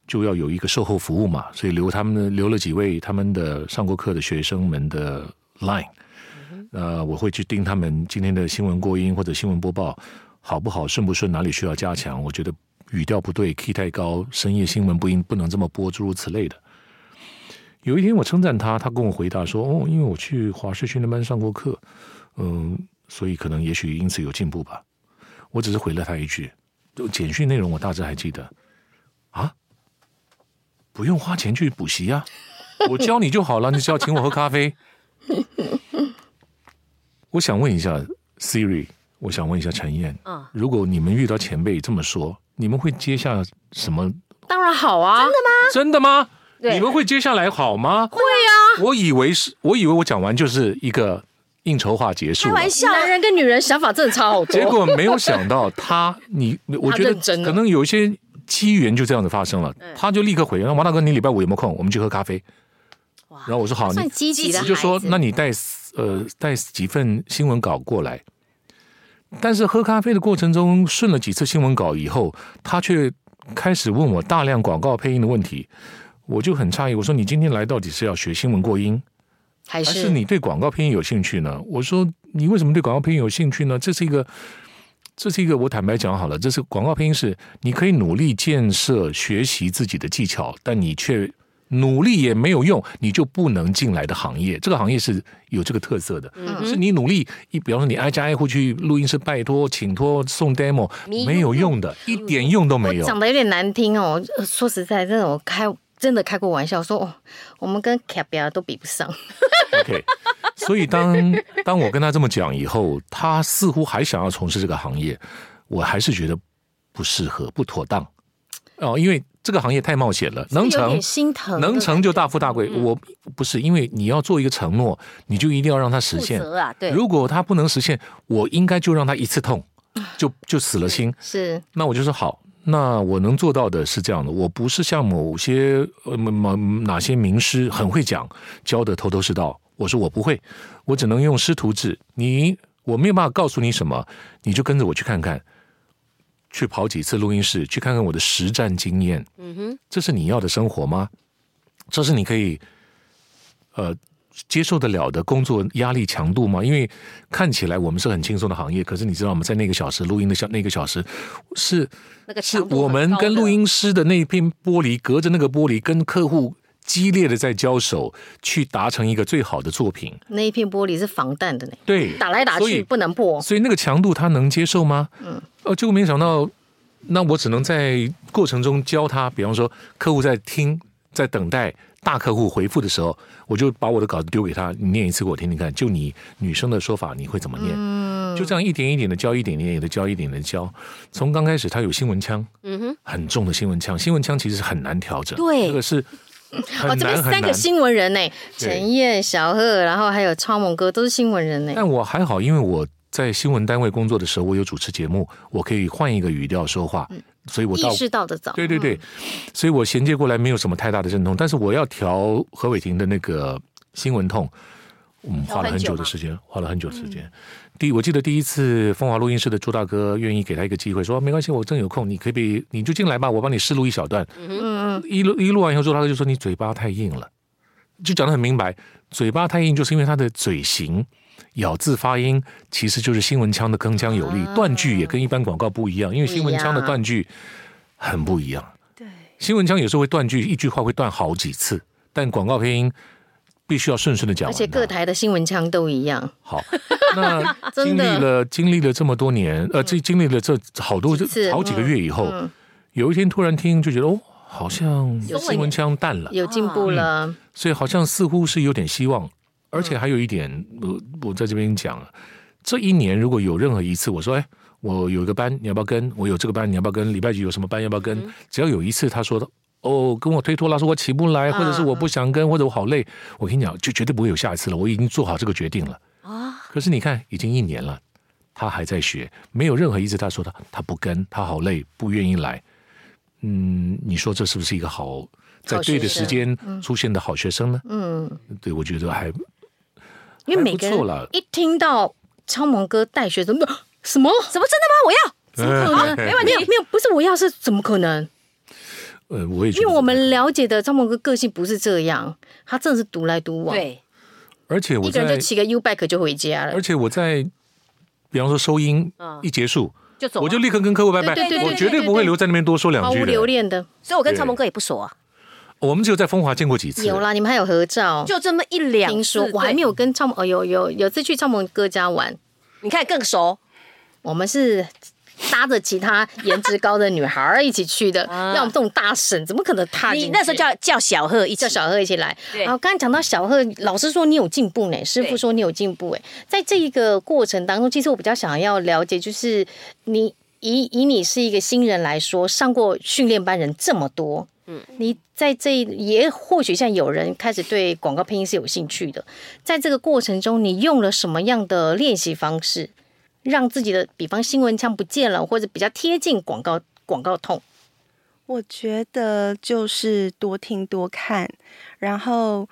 Speaker 3: 就要有一个售后服务嘛，所以留他们的留了几位他们的上过课的学生们的 line。呃，我会去盯他们今天的新闻过音或者新闻播报好不好、顺不顺，哪里需要加强。我觉得语调不对，key 太高，深夜新闻不应不能这么播，诸如此类的。有一天我称赞他，他跟我回答说：“哦，因为我去华视训练班上过课，嗯，所以可能也许因此有进步吧。”我只是回了他一句，就简讯内容我大致还记得啊，不用花钱去补习呀、啊， <laughs> 我教你就好了，你只要请我喝咖啡。 <laughs> 我想问一下 Siri，我想问一下陈燕，
Speaker 6: 嗯
Speaker 3: 如果你们遇到前辈这么说，你们会接下什么？
Speaker 5: 当然好啊，真的吗？
Speaker 3: 真的吗？
Speaker 6: 对
Speaker 3: 你们会接下来好吗？会啊！我以为是，我以为我讲完就是一个应酬话结束
Speaker 6: 开
Speaker 3: 了，
Speaker 6: 玩笑，
Speaker 5: 男人跟女人想法真的差好多。
Speaker 3: <laughs> 结果没有想到他，你我觉得
Speaker 5: 认真了嗯
Speaker 3: 可能有一些机缘就这样子发生了，他就立刻回，王大哥，你礼拜五有没有空？我们去喝咖啡。然后我说好，你
Speaker 2: 算积极的
Speaker 3: 我就说
Speaker 2: 孩，子
Speaker 3: 那你带呃带几份新闻稿过来。但是喝咖啡的过程中，顺了几次新闻稿以后，他却开始问我大量广告配音的问题，我就很诧异。我说：“你今天来到底是要学新闻过音，还
Speaker 5: 还是
Speaker 3: 是你对广告配音有兴趣呢？”我说：“你为什么对广告配音有兴趣呢？这是一个，这是一个，我坦白讲好了，这是广告配音是你可以努力建设、学习自己的技巧，但你却努力也没有用，你就不能进来的行业。这个行业是有这个特色的，是你努力，一比方说你挨家挨户去录音室拜托、请托、送 demo，
Speaker 6: 迷
Speaker 3: 没有用嗯的，一点用都没有。
Speaker 5: 讲的有点难听哦？呃说实在，真的我开真的开过玩笑说，哦，我们跟卡比亚都比不上。
Speaker 6: <laughs>
Speaker 3: OK，所以当当我跟他这么讲以后，他似乎还想要从事这个行业，我还是觉得不适合、不妥当哦，因为这个行业太冒险了，能
Speaker 5: 有
Speaker 3: 成
Speaker 5: 点心疼，
Speaker 3: 能成就大富大
Speaker 6: 嗯
Speaker 3: 贵。我不是因为你要做一个承诺，你就一定要让它实
Speaker 6: 负
Speaker 3: 现。
Speaker 6: 责啊，对，
Speaker 3: 如果他不能实现，我应该就让他一次痛，就就死了心。
Speaker 5: 是
Speaker 3: 那我就说好，那我能做到的是这样的，我不是像某些呃某某哪些名师很会讲，教的头头是道。我说我不会，我只能用师徒制。你我没有办法告诉你什么，你就跟着我去看看，去跑几次录音室，去看看我的实战经验。嗯哼，这是你要的生活吗？这是你可以呃接受得了的工作压力强度吗？因为看起来我们是很轻松的行业，可是你知道我们在那个小时录音的小那个小时是
Speaker 6: 那个
Speaker 3: 是
Speaker 6: 强度很
Speaker 3: 我们
Speaker 6: 高
Speaker 3: 跟
Speaker 6: 的
Speaker 3: 录音师的那一片玻璃隔着那个玻璃跟客户激烈的在交手，去达成一个最好的作品。
Speaker 5: 那一片玻璃是防弹的呢，
Speaker 3: 对，
Speaker 5: 打来打
Speaker 3: 所
Speaker 5: 去
Speaker 3: 以
Speaker 5: 不能破。
Speaker 3: 所以那个强度他能接受吗？嗯，呃，结果没想到，那我只能在过程中教他，比方说客户在听，在等待大客户回复的时候，我就把我的稿子丢给他，你念一次给我听听看，就你女生的说法，你会怎么念？嗯，就这样一点一点的教，一点一点的教，一点点的教。从刚开始他有新闻腔，嗯哼，很重的新闻腔，新闻腔其实是很难调整，
Speaker 6: 对
Speaker 3: 这个是
Speaker 5: 哦，
Speaker 3: 很
Speaker 5: 这
Speaker 3: 难
Speaker 5: 边
Speaker 3: 很难。
Speaker 5: 三个新闻人呢，
Speaker 3: 对
Speaker 5: 陈燕、小贺，然后还有超猛哥，都是新闻人呢。
Speaker 3: 但我还好，因为我在新闻单位工作的时候，我有主持节目，我可以换一个语调说话，所以我到
Speaker 5: 意识到的早，
Speaker 3: 对对对，所以我衔接过来没有什么太大的阵痛，但是我要调何伟霆的那个新闻痛，嗯，
Speaker 6: 调
Speaker 3: 花了
Speaker 6: 很
Speaker 3: 很
Speaker 6: 久
Speaker 3: 久的
Speaker 6: 吗
Speaker 3: 时间，花了很久的时间。第我记得第一次风华录音室的朱大哥愿意给他一个机会，说没关系，我正有空，你可以你就进来吧，我帮你试录一小段。
Speaker 5: 嗯嗯，
Speaker 3: 一录一录完以后，朱大哥就说你嘴巴太硬了，就讲得很明白，嘴巴太硬就是因为他的嘴型。咬字发音其实就是新闻腔的铿锵有
Speaker 5: 啊
Speaker 3: 力，断句也跟一般广告不一样，因为新闻腔的
Speaker 5: 不一样
Speaker 3: 断句很不一样。
Speaker 5: 哎
Speaker 4: 对，
Speaker 3: 新闻腔有时候会断句，一句话会断好几次，但广告配音必须要顺顺的讲
Speaker 5: 而
Speaker 3: 完它。啊
Speaker 5: 且各台的新闻腔都一样，
Speaker 3: 好，那
Speaker 5: <laughs> 真
Speaker 3: 经历
Speaker 5: 的
Speaker 3: 了经历了这么多年，呃，这经历了这好多
Speaker 5: 几次
Speaker 3: 好几个月以后，
Speaker 5: 嗯
Speaker 3: 有一天突然听就觉得哦，好像
Speaker 6: 有
Speaker 3: 新闻腔淡了，
Speaker 5: 有进步了。
Speaker 3: 所以好像似乎是有点希望，而
Speaker 5: 嗯
Speaker 3: 且还有一点，我我在这边讲了，这一年如果有任何一次我说哎。我有一个班，你要不要跟？我有这个班，你要不要跟？礼拜几有什么班，要不要
Speaker 5: 嗯
Speaker 3: 跟？只要有一次他说的，哦，跟我推脱了，说我起不
Speaker 5: 嗯
Speaker 3: 来，或者是我不想跟，或者我好累，我跟你讲，就绝对不会有下一次了。我已经做好这个决定了啊。可是你看，已经一年了，他还在学，没有任何一次他说他他不跟，他好累，不愿意来。嗯，你说这是不是一个好？在
Speaker 5: 好学
Speaker 3: 对的时
Speaker 5: 生
Speaker 3: 间出现的好学生呢？
Speaker 5: 嗯，
Speaker 3: 对，我觉得还
Speaker 5: 因为每个
Speaker 3: 还不错
Speaker 5: 人
Speaker 3: 啦
Speaker 5: 一听到超萌哥带学生， <gasps> 什么
Speaker 6: 什么真的吗？我要
Speaker 5: 怎么可能？
Speaker 3: 哎
Speaker 5: 没有没有没有，不是我要是怎么可能？
Speaker 3: 呃，我也觉
Speaker 5: 因为
Speaker 3: 得
Speaker 5: 我们了解的张某哥个性不是这样，他真的是独来独往，，
Speaker 6: 对
Speaker 3: 而且我
Speaker 5: 一个人
Speaker 3: 在
Speaker 5: 就骑个 U bike 就回家了
Speaker 3: 而。且我在，比方说收音
Speaker 6: 嗯
Speaker 3: 一结束，
Speaker 6: 就走啊，
Speaker 3: 我就立刻跟客户拜拜
Speaker 5: 对对，对
Speaker 3: 我
Speaker 5: 对
Speaker 3: 绝对
Speaker 5: 对
Speaker 3: 不会
Speaker 5: 对
Speaker 3: 留在那边多说两
Speaker 5: 毫
Speaker 3: 句
Speaker 5: 哦无
Speaker 3: 的。
Speaker 5: 留恋的，
Speaker 6: 所以我跟
Speaker 3: 对
Speaker 6: 长鹏哥也不熟啊，
Speaker 3: 我们只有在风华见过几次，
Speaker 5: 有啦，你们还有合照。
Speaker 6: 就这么一两次。
Speaker 5: 听说我还没
Speaker 6: 有，
Speaker 5: 有跟超萌，哦有有有次去超萌哥家玩，
Speaker 6: 你看更熟，
Speaker 5: 我们是搭着其他颜值高的女孩儿一起去的，
Speaker 6: <laughs> 啊
Speaker 5: 让我们这种大婶怎么可能踏进去？
Speaker 6: 你那时候叫叫小贺一起
Speaker 5: 叫小贺一起来。
Speaker 6: 对
Speaker 5: 好，刚才讲到小贺，老师说你有进步呢，师傅说你有进步哎，在这一个过程当中，其实我比较想要了解，就是你以以你是一个新人来说，上过训练班人这么多，嗯，你在这一也或许现在有人开始对广告配音是有兴趣的，在这个过程中，你用了什么样的练习方式，让自己的比方新闻腔不见了，或者比较贴近广告广告痛？
Speaker 4: 我觉得就是多听多看，然后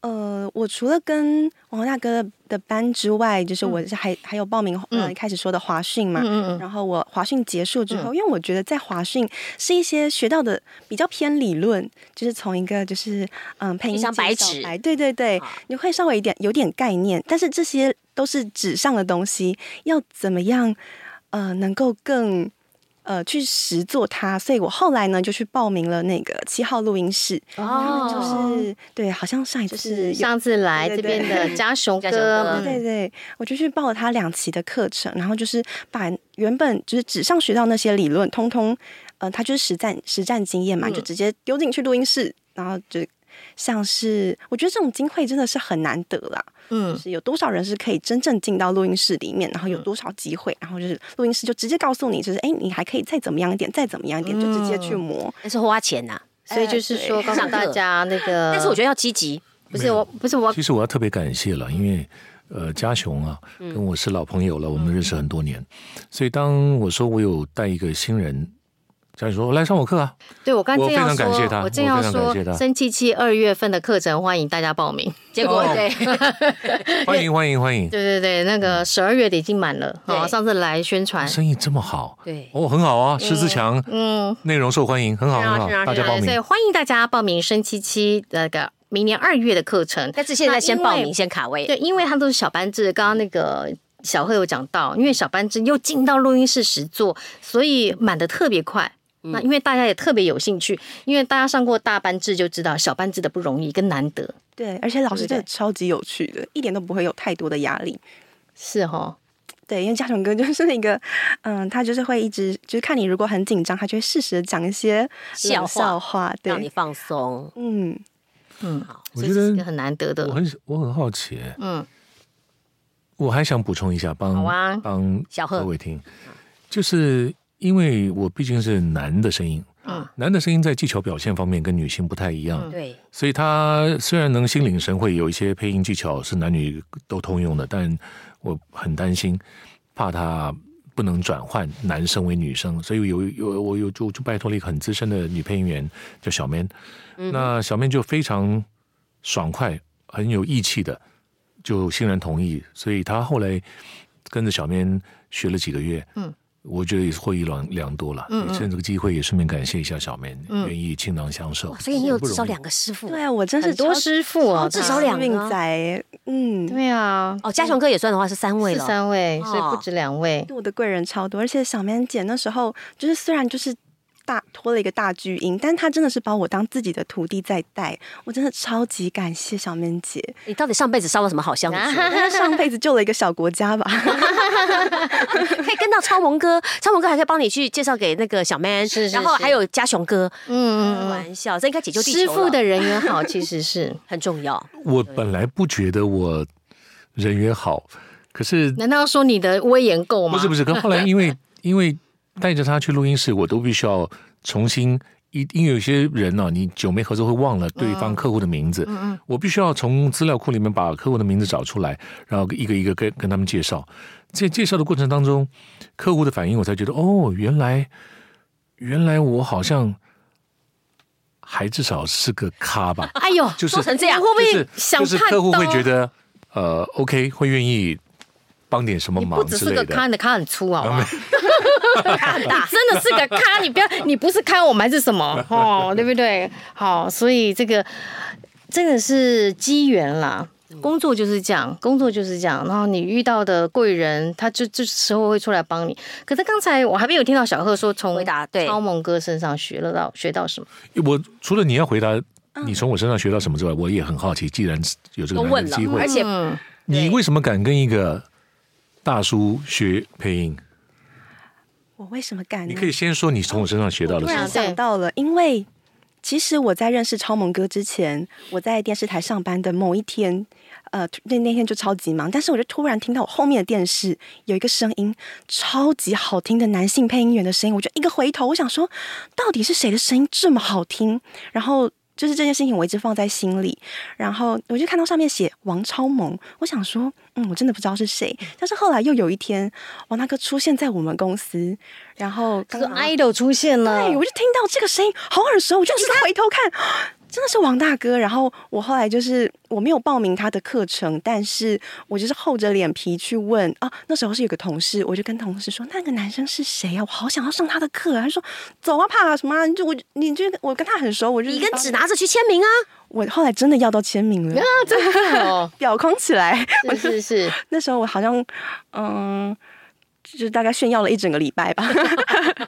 Speaker 4: 呃，我除了跟王大哥的班之外，就是我是还、还有报名呃
Speaker 5: 嗯
Speaker 4: 一开始说的华讯嘛。
Speaker 5: 嗯嗯嗯，
Speaker 4: 然后我华讯结束之后，因为我觉得在华讯是一些学到的比较偏理论，就是从一个就是嗯配音
Speaker 6: 就像
Speaker 4: 界
Speaker 6: 白
Speaker 4: 小
Speaker 6: 纸
Speaker 4: 白对对对，你会稍微一点有点概念，但是这些都是纸上的东西，要怎么样呃能够更呃去实做它，所以我后来呢就去报名了那个七号录音室，
Speaker 6: 哦
Speaker 4: 就是对，好像上一次有。
Speaker 5: 上次来
Speaker 4: 对
Speaker 5: 这
Speaker 4: 对
Speaker 5: 边的家雄
Speaker 6: 家雄哥
Speaker 5: 哥，
Speaker 4: 对对，我就去报了他两期的课程，然后就是把原本就是纸上学到那些理论，通通，呃，他就是实战实战经验嘛，就直接丢进去录音室，然后就像是我觉得这种机会真的是很难得啦，
Speaker 5: 嗯
Speaker 4: 就，是有多少人是可以真正进到录音室里面，然后有多少机会，然后就是录音室就直接告诉你，就是哎，你还可以再怎么样一点，再怎么样一点，就直接去磨。
Speaker 6: 但是花钱呐。
Speaker 5: 所以就是说
Speaker 4: 哎对
Speaker 5: 告诉大家那个，
Speaker 6: 但是我觉得要积极，
Speaker 5: 得不是我，不是我
Speaker 3: 其，实我要特别感谢了，因为呃，嘉雄啊，
Speaker 6: 嗯
Speaker 3: 跟我是老朋友了，我
Speaker 5: 嗯
Speaker 3: 们认识很多年，所以当我说我有带一个新人，嘉雄说来上我课啊，
Speaker 5: 对我刚
Speaker 3: 我
Speaker 5: 正要
Speaker 3: 非常感谢
Speaker 5: 说，
Speaker 3: 他
Speaker 5: 我正要
Speaker 3: 我非常
Speaker 5: 说
Speaker 3: 感谢他，
Speaker 5: 生气气二月份的课程欢迎大家报名。
Speaker 6: 结果
Speaker 3: 哦
Speaker 6: 对，
Speaker 3: 欢迎欢迎欢迎，
Speaker 5: 对对对，那
Speaker 3: 嗯
Speaker 5: 个十二月的已经满了，
Speaker 6: 对
Speaker 5: 好，上次来宣传，
Speaker 3: 生意这么好，
Speaker 6: 对
Speaker 3: 哦，很好啊，狮子强，
Speaker 5: 嗯，
Speaker 3: 内容受欢迎，很好
Speaker 6: 是啊
Speaker 3: 很好
Speaker 6: 是啊，
Speaker 3: 大家
Speaker 6: 是啊
Speaker 3: 报
Speaker 5: 对，
Speaker 3: 名
Speaker 5: 所以。欢迎大家报名生七七那个明年二月的课程。
Speaker 6: 但是现在先
Speaker 5: 那因
Speaker 6: 报
Speaker 5: 为
Speaker 6: 名，先卡位。
Speaker 5: 对，因为它都是小班制，刚刚那个。小贺有讲到，因为小班制又进到录音室实做，所以满的特别快。
Speaker 6: 嗯
Speaker 5: 那因为大家也特别有兴趣，因为大家上过大班制就知道小班制的不容易跟难得，
Speaker 4: 对，而且老师
Speaker 5: 对
Speaker 4: 真的
Speaker 5: 对
Speaker 4: 超级有趣的，一点都不会有太多的压力。
Speaker 5: 是哈。
Speaker 4: 对，因为嘉诚哥就是那个，嗯，他就是会一直就是看你如果很紧张，他就会适时的讲一些
Speaker 6: 笑
Speaker 4: 冷
Speaker 6: 话
Speaker 4: 笑话，
Speaker 6: 让你
Speaker 4: 对，
Speaker 6: 放松，
Speaker 4: 嗯，
Speaker 3: 我
Speaker 5: 这
Speaker 3: 觉
Speaker 6: 嗯
Speaker 3: 得
Speaker 5: 是很难得
Speaker 3: 我
Speaker 5: 的。
Speaker 3: 很我很好奇，欸
Speaker 5: 嗯，
Speaker 3: 我还想补充一下，帮
Speaker 5: 好
Speaker 6: 嗯
Speaker 5: 啊
Speaker 3: 帮
Speaker 6: 小贺
Speaker 3: 各位听，就是因为我毕竟是男的声音，
Speaker 5: 嗯
Speaker 3: 男的声音在技巧表现方面跟女性不太一样，
Speaker 6: 对，
Speaker 3: 所以他虽然能心领神会，有一些配音技巧是男女都通用的，但我很担心，怕他不能转换男生为女生，所以有有我有就就拜托了一个很资深的女配音员叫小面，
Speaker 5: 嗯
Speaker 3: 那小面就非常爽快，很有义气的，就欣然同意，所以他后来跟着小面学了几个月，
Speaker 5: 嗯。
Speaker 3: 我觉得也是获益良良多了，
Speaker 5: 嗯嗯
Speaker 3: 趁这个机会也顺便感谢一下小面，
Speaker 5: 嗯
Speaker 3: 愿意倾囊相授。
Speaker 6: 哇所以你有
Speaker 3: 不
Speaker 6: 至
Speaker 3: 容
Speaker 6: 少
Speaker 3: 易
Speaker 6: 两个师傅。
Speaker 4: 对啊，我真是
Speaker 5: 很多
Speaker 4: 超
Speaker 5: 师傅啊，
Speaker 6: 至
Speaker 5: 他
Speaker 6: 少两个
Speaker 4: 命仔，嗯，
Speaker 5: 对啊，
Speaker 6: 哦，嘉雄哥也算的话是三位
Speaker 5: 是
Speaker 6: 了，
Speaker 5: 三位，所以
Speaker 6: 哦
Speaker 5: 不止两位。
Speaker 4: 对我的贵人超多，而且小棉姐那时候就是虽然就是。大拖了一个大巨婴，但她真的是把我当自己的徒弟在带，我真的超级感谢小棉姐，
Speaker 6: 你到底上辈子烧了什么好香的
Speaker 5: 啊
Speaker 6: 水？
Speaker 4: 她上辈子救了一个小国家
Speaker 6: <laughs>
Speaker 4: 吧。<laughs>
Speaker 6: 可以跟到超萌哥，超萌哥还可以帮你去介绍给那个小 man，
Speaker 5: 是是
Speaker 6: 然后
Speaker 5: 是
Speaker 6: 还有嘉雄哥。
Speaker 5: 嗯嗯
Speaker 6: 开
Speaker 5: 嗯，
Speaker 6: 玩笑，这应该解救地球
Speaker 5: <laughs> 师
Speaker 6: 了
Speaker 5: 傅的嗯人缘好，其实
Speaker 6: <laughs>
Speaker 5: 是。
Speaker 6: 很重要。
Speaker 3: 我本来不觉得我人缘好，可是
Speaker 5: 难道说你的威严够吗？，
Speaker 3: 不是不是，可后来因为因为带着他去录音室，我都必须要重新。一因为有些人呢、你久没合作会忘了对方客户的名字，我必须要从资料库里面把客户的名字找出来，然后一个一个跟跟他们介绍。在介绍的过程当中，客户的反应我才觉得，哦，原来原来我好像还至少是个咖吧
Speaker 5: 哎呦，
Speaker 3: 就是
Speaker 5: 做成这样，会不
Speaker 3: 就
Speaker 5: 会
Speaker 3: 是
Speaker 5: 想
Speaker 3: 就是
Speaker 5: 太
Speaker 3: 客户
Speaker 5: 多
Speaker 3: 会觉得呃，OK，会愿意帮点什么
Speaker 5: 你不
Speaker 3: 忙之
Speaker 5: 只是
Speaker 3: 类
Speaker 5: 个
Speaker 3: 的。啊
Speaker 5: 咖，你的咖很粗，好不好？ <laughs>
Speaker 6: 很大。
Speaker 5: 真的是个咖，你不要，你不是咖，我们还是
Speaker 3: <laughs>
Speaker 5: 什么？哦，对不对？好，所以这个真的是机缘啦。工作就是这样，工作就是这样。然后你遇到的贵人，他就这时候会出来帮你。可是刚才我还没有听到小贺说从
Speaker 6: 回答对
Speaker 5: 超萌哥身上学了到学到什么？
Speaker 3: 我除了你要回答
Speaker 5: 嗯
Speaker 3: 你从我身上学到什么之外，我也很好奇，既然有这个
Speaker 6: 都
Speaker 3: 难得
Speaker 6: 问
Speaker 3: 的
Speaker 6: 了
Speaker 3: 机，会
Speaker 6: 而，且
Speaker 5: 嗯，
Speaker 3: 你为什么敢跟一个大叔学配音？
Speaker 4: 我为什么敢呢？
Speaker 3: 你可以先说你从我身上学到
Speaker 4: 突
Speaker 3: 的什
Speaker 4: 然
Speaker 5: 嗯
Speaker 6: 嗯
Speaker 3: 么。
Speaker 4: 想到了，因为其实我在认识超萌哥之前，我在电视台上班的某一天，呃，那那天就超级忙，但是我就突然听到我后面的电视有一个声音，超级好听的男性配音员的声音，我就一个回头，我想说，到底是谁的声音这么好听？然后。就是这件事情，我一直放在心里。然后我就看到上面写王超萌，我想说，嗯，我真的不知道是谁。但是后来又有一天，王大哥出现在我们公司，然后
Speaker 5: 这
Speaker 4: 刚
Speaker 5: 个
Speaker 4: 好
Speaker 5: idol 出现了，
Speaker 4: 对，我就听到这个声音，好耳熟，我就一直回头看， <gasps> 真的是王大哥。然后我后来就是我没有报名他的课程，但是我就是厚着脸皮去问啊。那时候是有个同事，我就跟同事说那个男生是谁啊？我好想要上他的课啊。他说走啊，怕什么、啊？你就我你就我跟他很熟，我就
Speaker 6: 你跟纸拿着去签名啊！
Speaker 4: 我后来真的要到签
Speaker 6: <laughs>
Speaker 4: 名了
Speaker 5: 啊，，真的哦，
Speaker 4: 表框起来。
Speaker 5: 是是是，
Speaker 4: 那时候我好像，嗯，就是大概炫耀了一整个礼拜吧。 <laughs>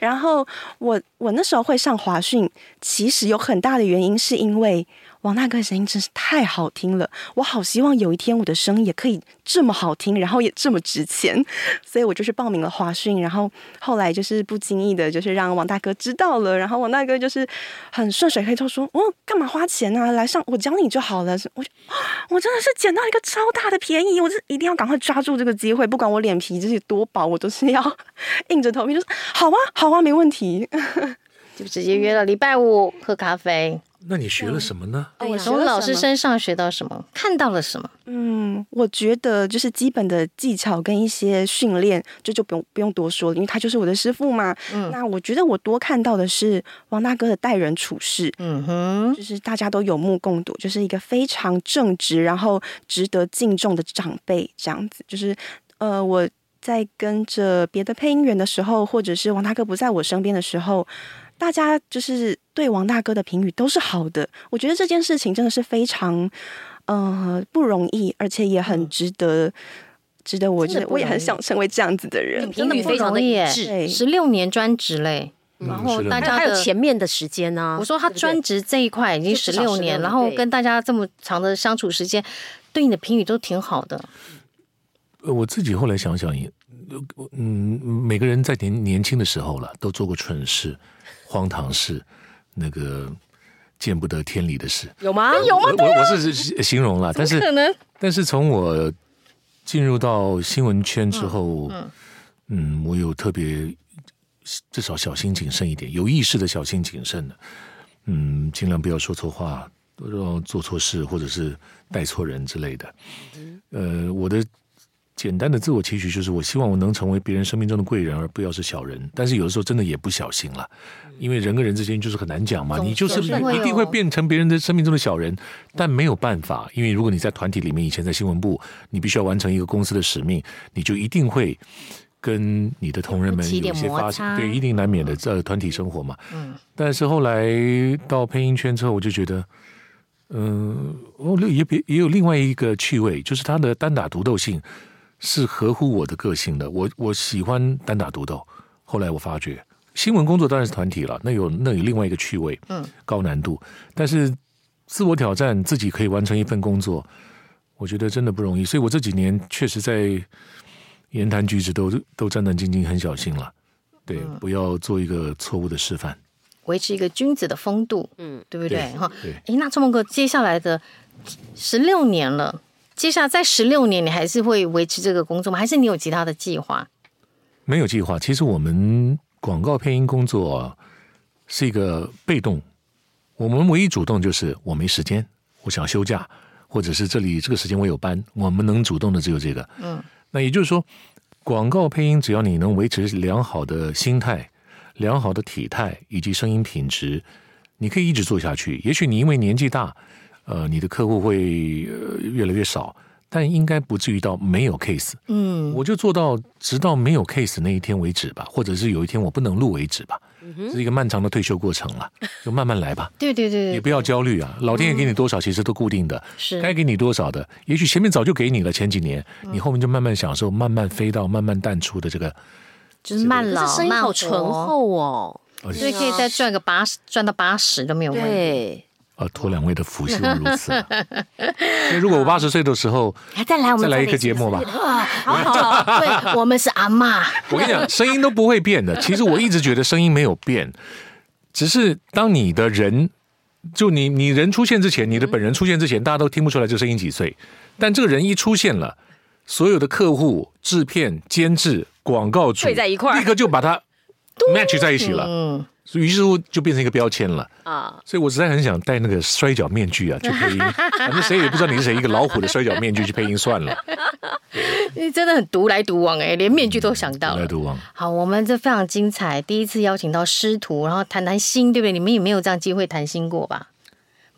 Speaker 4: 然后我我那时候会上华讯，其实有很大的原因是因为王大哥的声音真是太好听了，我好希望有一天我的声音也可以这么好听，然后也这么值钱，所以我就去报名了华讯。然后后来就是不经意的，就是让王大哥知道了，然后王大哥就是很顺水推舟说：“哦，干嘛花钱啊？来上我教你就好了。”我就我真的是捡到一个超大的便宜，我是一定要赶快抓住这个机会，不管我脸皮就是多薄，我都是要 <laughs> 硬着头皮，就是好啊，好啊，没问题。
Speaker 5: 就直接约了礼拜五喝咖啡。
Speaker 3: 那你学了什么呢？
Speaker 4: 我
Speaker 5: 从哎老师身上学到什么？看到了什么？
Speaker 4: 嗯，我觉得就是基本的技巧跟一些训练，这就不用不用多说了，因为他就是我的师傅嘛。
Speaker 5: 嗯
Speaker 4: 那我觉得我多看到的是王大哥的待人处事，
Speaker 5: 嗯哼，
Speaker 4: 就是大家都有目共睹，就是一个非常正直，然后值得敬重的长辈，这样子。就是呃，我在跟着别的配音员的时候，或者是王大哥不在我身边的时候，大家就是对王大哥的评语都是好的。我觉得这件事情真的是非常呃不容易，而且也很值得，值得我
Speaker 5: 嗯真的
Speaker 4: 觉得
Speaker 5: 不
Speaker 4: 我也很
Speaker 5: 容易嗯
Speaker 4: 想成为这样子的人。
Speaker 6: 评语非常的一致，
Speaker 4: 对，
Speaker 5: 十六年专职嘞，
Speaker 3: 嗯
Speaker 5: 然后
Speaker 3: 是的
Speaker 5: 大家
Speaker 6: 还有
Speaker 5: 的。
Speaker 6: 前面的时间啊呢。
Speaker 5: 我说他
Speaker 6: 对不对
Speaker 5: 专职这一块已经
Speaker 6: 就
Speaker 5: 十
Speaker 6: 至少
Speaker 5: 六
Speaker 6: 16
Speaker 5: 年，
Speaker 6: 年
Speaker 5: 然后
Speaker 6: 对
Speaker 5: 跟大家这么长的相处时间，对你的评语都挺好的。
Speaker 3: 呃我自己后来想想也，呃嗯，每个人在年年轻的时候了，都做过蠢事、荒唐事，那个见不得天理的事。
Speaker 6: 有吗？
Speaker 5: 哎
Speaker 3: 有吗？我我是是形容了，但是
Speaker 5: 可能
Speaker 3: 但是从我进入到新闻圈之后，嗯我有特别至少小心谨慎一点，有意识的小心谨慎的，嗯，尽量不要说错话，呃，做错事或者是带错人之类的。呃，我的简单的自我期许就是，我希望我能成为别人生命中的贵人，而不要是小人。但是有的时候真的也不小心了，因为人跟人之间就是很难讲嘛，
Speaker 5: 总
Speaker 3: 你就是
Speaker 5: 嗯总是会
Speaker 3: 一定会
Speaker 5: 有
Speaker 3: 变成别人的生命中的小人，但没有办法，因为如果你在团体里面，以前在新闻部，你必须要完成一个公司的使命，你就一定会。跟你的同仁们
Speaker 5: 起
Speaker 3: 有
Speaker 5: 点
Speaker 3: 一些
Speaker 5: 摩
Speaker 3: 发
Speaker 5: 擦
Speaker 3: 生，对，一定难免的，呃，团体生活嘛。嗯。但是后来到配音圈之后，我就觉得，嗯，哦，也别也有另外一个趣味，就是他的单打独斗性是合乎我的个性的。我我喜欢单打独斗。后来我发觉，新闻工作当然是团体了，那有那有另外一个趣味，嗯，高难度。但是自我挑战，自己可以完成一份工作，我觉得真的不容易。所以我这几年确实在言谈举止都都战战兢兢，很小心了。对，
Speaker 5: 嗯
Speaker 3: 不要做一个错误的示范。
Speaker 5: 维持一个君子的风度，嗯
Speaker 6: 嗯，
Speaker 5: 对不对？
Speaker 3: 对
Speaker 5: 哈，
Speaker 3: 对
Speaker 5: 诶，那周梦哥接下来的十六年了，接下来在十六年，你还是会维持这个工作吗？还是你有其他的计划？
Speaker 3: 没有计划。其实我们广告配音工作啊是一个被动，我们唯一主动就是我没时间，我想休假，或者是这里这个时间我有班，我们能主动的只有这个。嗯，那也就是说，广告配音只要你能维持良好的心态、良好的体态以及声音品质，你可以一直做下去。也许你因为年纪大，呃，你的客户会、呃、越来越少，但应该不至于到没有 case。
Speaker 5: 嗯，
Speaker 3: 我就做到直到没有 case 那一天为止吧，或者是有一天我不能录为止吧。
Speaker 5: 嗯
Speaker 3: 这是一个漫长的退休过程了，就慢慢来吧，
Speaker 5: 对对
Speaker 3: 也
Speaker 5: <laughs> 对，嗯
Speaker 3: 不要焦虑啊。老天爷给你多少，其实都固定的，
Speaker 5: 是嗯
Speaker 3: 该给你多少的，也许前面早就给你了，前几年你后面就慢慢享受，慢慢飞到慢慢淡出的这个，
Speaker 5: 就是慢
Speaker 6: 可
Speaker 5: 老
Speaker 6: 是声音
Speaker 5: 慢
Speaker 6: 好
Speaker 5: 活
Speaker 6: 醇，厚哦，
Speaker 3: 呃
Speaker 5: 所以可以再赚个八十，赚到八十都没有问题。
Speaker 6: 对，
Speaker 3: 呃，托两位的福，
Speaker 5: <laughs>
Speaker 3: 希望如此。那如果我八十岁的时候再来，我们再来一个节 <laughs> 目吧。
Speaker 5: 好好，对，我们是阿嬷，
Speaker 3: 我跟你
Speaker 5: <laughs>
Speaker 3: 讲，声音都不会变的。其实我一直觉得声音没有变，只是当你的人，就你你人出现之
Speaker 5: 嗯
Speaker 3: 前，你的本人出现之前，大家都听不出来这声音几岁。但这个人一出现了，所有的客户、制片、监制、广告主
Speaker 6: 睡在一块儿
Speaker 3: 立刻就把
Speaker 5: <laughs>
Speaker 3: 它 match 在一起了。
Speaker 5: 嗯，
Speaker 3: 所以于是乎就变成一个标签了。
Speaker 6: 啊，
Speaker 3: 所以我实在很想戴那个摔角面具啊，去配
Speaker 5: <laughs>
Speaker 3: 音，反正谁也不知道你是谁，一个老虎的摔角面具去配音算了，
Speaker 5: <laughs> 你真的很独来独往哎、连面具都想到
Speaker 3: 独来
Speaker 5: 了。
Speaker 3: 独往。
Speaker 5: 好，我们这非常精彩，第一次邀请到师徒，然后谈谈心，对不对？你们也没有这样机会谈心过吧？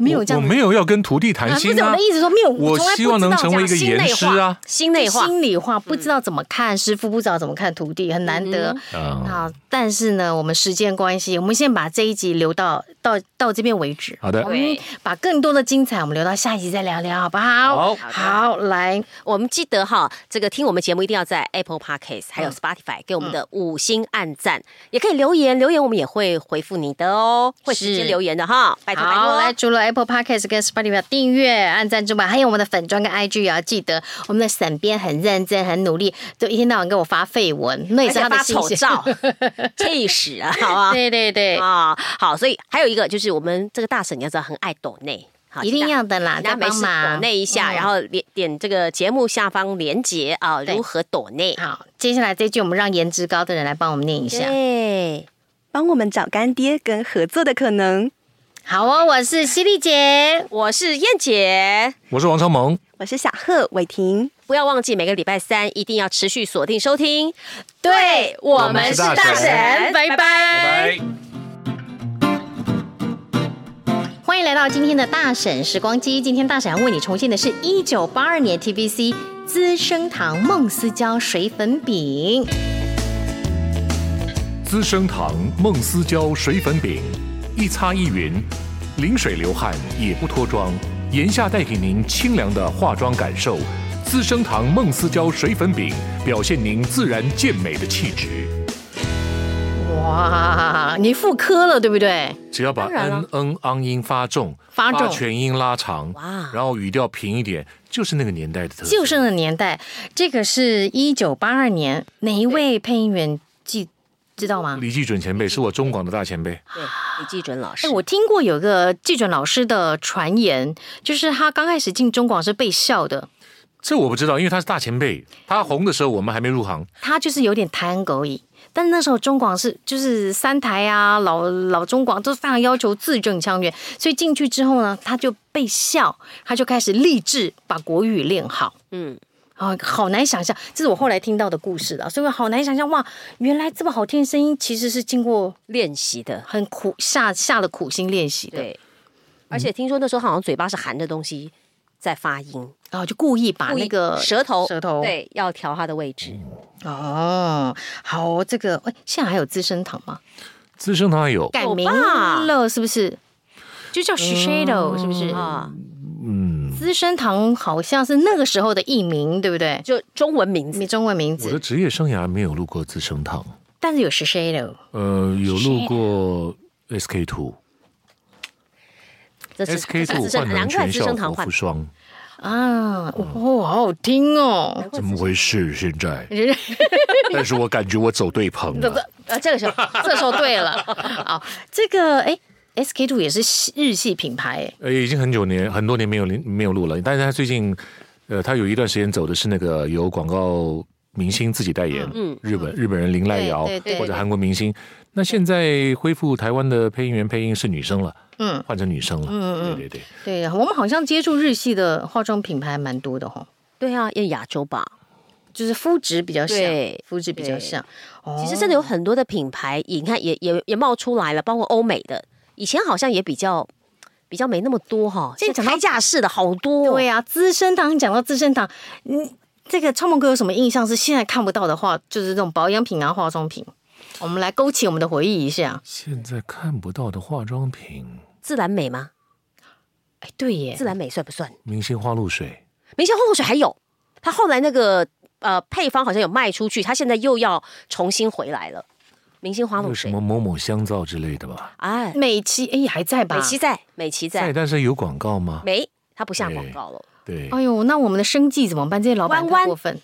Speaker 5: 没有这
Speaker 3: 我
Speaker 5: 样，
Speaker 3: 我没有要跟徒弟谈
Speaker 5: 啊不
Speaker 3: 心
Speaker 5: 是我
Speaker 3: 啊
Speaker 5: 的。意思说没有，
Speaker 3: 我
Speaker 5: 从来不
Speaker 3: 希望能
Speaker 5: 知道
Speaker 3: 成为一个
Speaker 5: 这样
Speaker 3: 严师啊，
Speaker 6: 心内话，
Speaker 5: 心里话不知道怎么看师傅，不知道怎么看徒弟，很难得。
Speaker 3: 嗯，
Speaker 5: 好，但是呢，我们时间关系，我们先把这一集留到到到这边为止。
Speaker 3: 好的，
Speaker 6: 对，
Speaker 5: 把更多的精彩，我们留到下一集再聊聊，好不好？
Speaker 3: 好
Speaker 5: 好，来，
Speaker 6: 我们记得哈，这个听我们节目一定要在 Apple Podcast 还
Speaker 5: 嗯
Speaker 6: 有 Spotify 给我们的五星按赞，也可以留言，留言我们也会回复你的哦，会直接
Speaker 5: 是
Speaker 6: 留言的哈，拜托拜
Speaker 5: 好，
Speaker 6: 托。
Speaker 5: 来，除了 Apple Podcast 跟 Spotify 订阅、按赞之外，还有我们的粉砖跟 IG 也要记得。我们的沈编很认真、很努力，就一天到晚给我发绯闻，那也
Speaker 6: 而
Speaker 5: 是
Speaker 6: 且
Speaker 5: 他的
Speaker 6: 哎发
Speaker 5: 心
Speaker 6: 丑
Speaker 5: 血。 <laughs>
Speaker 6: 照，气死啊，好啊，
Speaker 5: 对对对，
Speaker 6: 啊、好，所以还有一个就是我们这个大婶，你要知道很爱抖内，好，
Speaker 5: 一定
Speaker 6: 请大
Speaker 5: 要的啦，
Speaker 6: 大
Speaker 5: 再
Speaker 6: 家没
Speaker 5: 帮
Speaker 6: 事抖
Speaker 5: 忙。嗯
Speaker 6: 内一下，然后点点这个节目下方连结啊，
Speaker 5: 对
Speaker 6: 如何抖内？
Speaker 5: 好，接下来这句我们让颜值高的人来帮我们念一下。
Speaker 6: 对，
Speaker 4: 帮我们找干爹跟合作的可能。
Speaker 5: 好哦，我是犀利姐，
Speaker 6: 哎我是燕姐。
Speaker 3: 我是王超萌，
Speaker 4: 我是小贺伟霆，
Speaker 6: 不要忘记每个礼拜三一定要持续锁定收听。对，我
Speaker 3: 们是大神
Speaker 5: 拜拜欢迎来到今天的大婶时光机。今天大婶要为你重现的是一九八二年 TVC 资生堂梦思娇水粉饼。
Speaker 3: 资生堂梦思娇水粉饼，一擦一匀，零水流汗也不脱妆，眼下带给您清凉的化妆感受。资生堂梦思娇水粉饼，表现您自然健美的气质。
Speaker 5: 哇，你复刻了对不对？
Speaker 3: 只要把嗯嗯昂音发重，
Speaker 5: 发重
Speaker 3: 把全音拉长，
Speaker 6: 哇
Speaker 3: 然后语调平一点，就是那个年代的特色。
Speaker 5: 就剩的年代，这个是一九八二年，哪一位配音员记知道吗？
Speaker 3: 李济准前辈是我中广的大前辈，
Speaker 6: 对，李继准老师
Speaker 5: 哎，，我听过有个季准老师的传言，就是他刚开始进中广是被笑的，
Speaker 3: 这我不知道，因为他是大前辈，他红的时候我们还没入行。
Speaker 5: 他就是有点台湾狗瘾。但那时候中广是就是三台啊，老老中广都非常要求字正腔圆，所以进去之后呢，他就被笑，他就开始立志把国语练好。
Speaker 6: 嗯，
Speaker 5: 啊，好难想象，这是我后来听到的故事啊了，所以我好难想象哇，原来这么好听的声音其实是经过
Speaker 6: 练习的，
Speaker 5: 很苦下下了苦心练习的，
Speaker 6: 对。而且听说那时候好像嘴巴是含着东西在发音，
Speaker 5: 然后哦就故意把
Speaker 6: 故意
Speaker 5: 啊那个
Speaker 6: 舌头
Speaker 5: 舌头
Speaker 6: 对要调它的位置。
Speaker 5: 哦，好，这个哎，现在还有资生堂吗？
Speaker 3: 资生堂还有，
Speaker 5: 改
Speaker 6: 有
Speaker 5: 名
Speaker 6: 吧
Speaker 5: 了是不是？嗯就叫 Shiseido、是不是？
Speaker 6: 啊，
Speaker 3: 嗯，
Speaker 5: 资生堂好像是那个时候的译名，对不对？
Speaker 6: 就中文名字
Speaker 5: 你中文名
Speaker 3: 我的
Speaker 5: 字，
Speaker 3: 职业生涯没有录过资生堂，
Speaker 5: 但是有 Shiseido，
Speaker 3: 呃，有录过 SK two。
Speaker 6: 这
Speaker 3: SK
Speaker 6: 这
Speaker 3: two
Speaker 6: 资生
Speaker 3: 换
Speaker 6: 难
Speaker 3: 能
Speaker 6: 怪
Speaker 3: 全
Speaker 6: 资
Speaker 3: 效
Speaker 6: 生堂
Speaker 3: 果
Speaker 6: 换
Speaker 3: 服，霜，
Speaker 5: 啊，哦，好好听哦。
Speaker 3: 啊怎么回 <laughs> 事？现在，但是我感觉我走对棚了。
Speaker 5: 呃，这个时候， <laughs> 这个时候对了。好，这个哎，SK two 也是系日系品牌哎，
Speaker 3: 呃，已经很久年很多年没有没有录了，但是他最近，呃，他有一段时间走的是那个由广告明星自己代言，嗯，日本日本人林濑遥
Speaker 5: 对对对
Speaker 3: 或者韩国明星，那现在恢复台湾的配音员配音是女生了，
Speaker 5: 嗯，
Speaker 3: 换成女生了，嗯嗯，对对对，
Speaker 5: 对我们好像接触日系的化妆品牌蛮多的哈、哦，
Speaker 6: 对啊，要亚洲吧。
Speaker 5: 就是肤质比较像
Speaker 6: 对，
Speaker 5: 肤质比较像。
Speaker 6: 其实真的有很多的品牌，也你看也也也冒出来了，包括欧美的以前好像也比较比较没那么多哈，
Speaker 5: 现
Speaker 6: 现
Speaker 5: 在
Speaker 6: 在
Speaker 5: 讲到
Speaker 6: 开架式的好多、
Speaker 5: 对呀、资生堂讲到资生堂，嗯，这个超梦哥有什么印象是现在看不到的话，就是这种保养品啊、化妆品。我们来勾起我们的回忆一下。
Speaker 3: 现在看不到的化妆品，
Speaker 6: 自然美吗？
Speaker 5: 哎，对耶
Speaker 6: 自，然美算不算？
Speaker 3: 明星花露水，
Speaker 6: 明星后水还有，他后来那个呃配方好像有卖出去，他现在又要重新回来了。明星花
Speaker 3: 还
Speaker 6: 露
Speaker 3: 有什
Speaker 6: 水
Speaker 3: 么，某某香皂之类的吧？
Speaker 6: 哎，
Speaker 5: 美琪哎还在吧？
Speaker 6: 美琪在，美琪
Speaker 3: 在，
Speaker 6: 在，
Speaker 3: 但是有广告吗？
Speaker 6: 没，他不下广告了。
Speaker 3: 对，
Speaker 5: 哎呦，那我们的生计怎么办？这些老板
Speaker 6: 弯
Speaker 5: 太
Speaker 6: 弯
Speaker 5: 过分。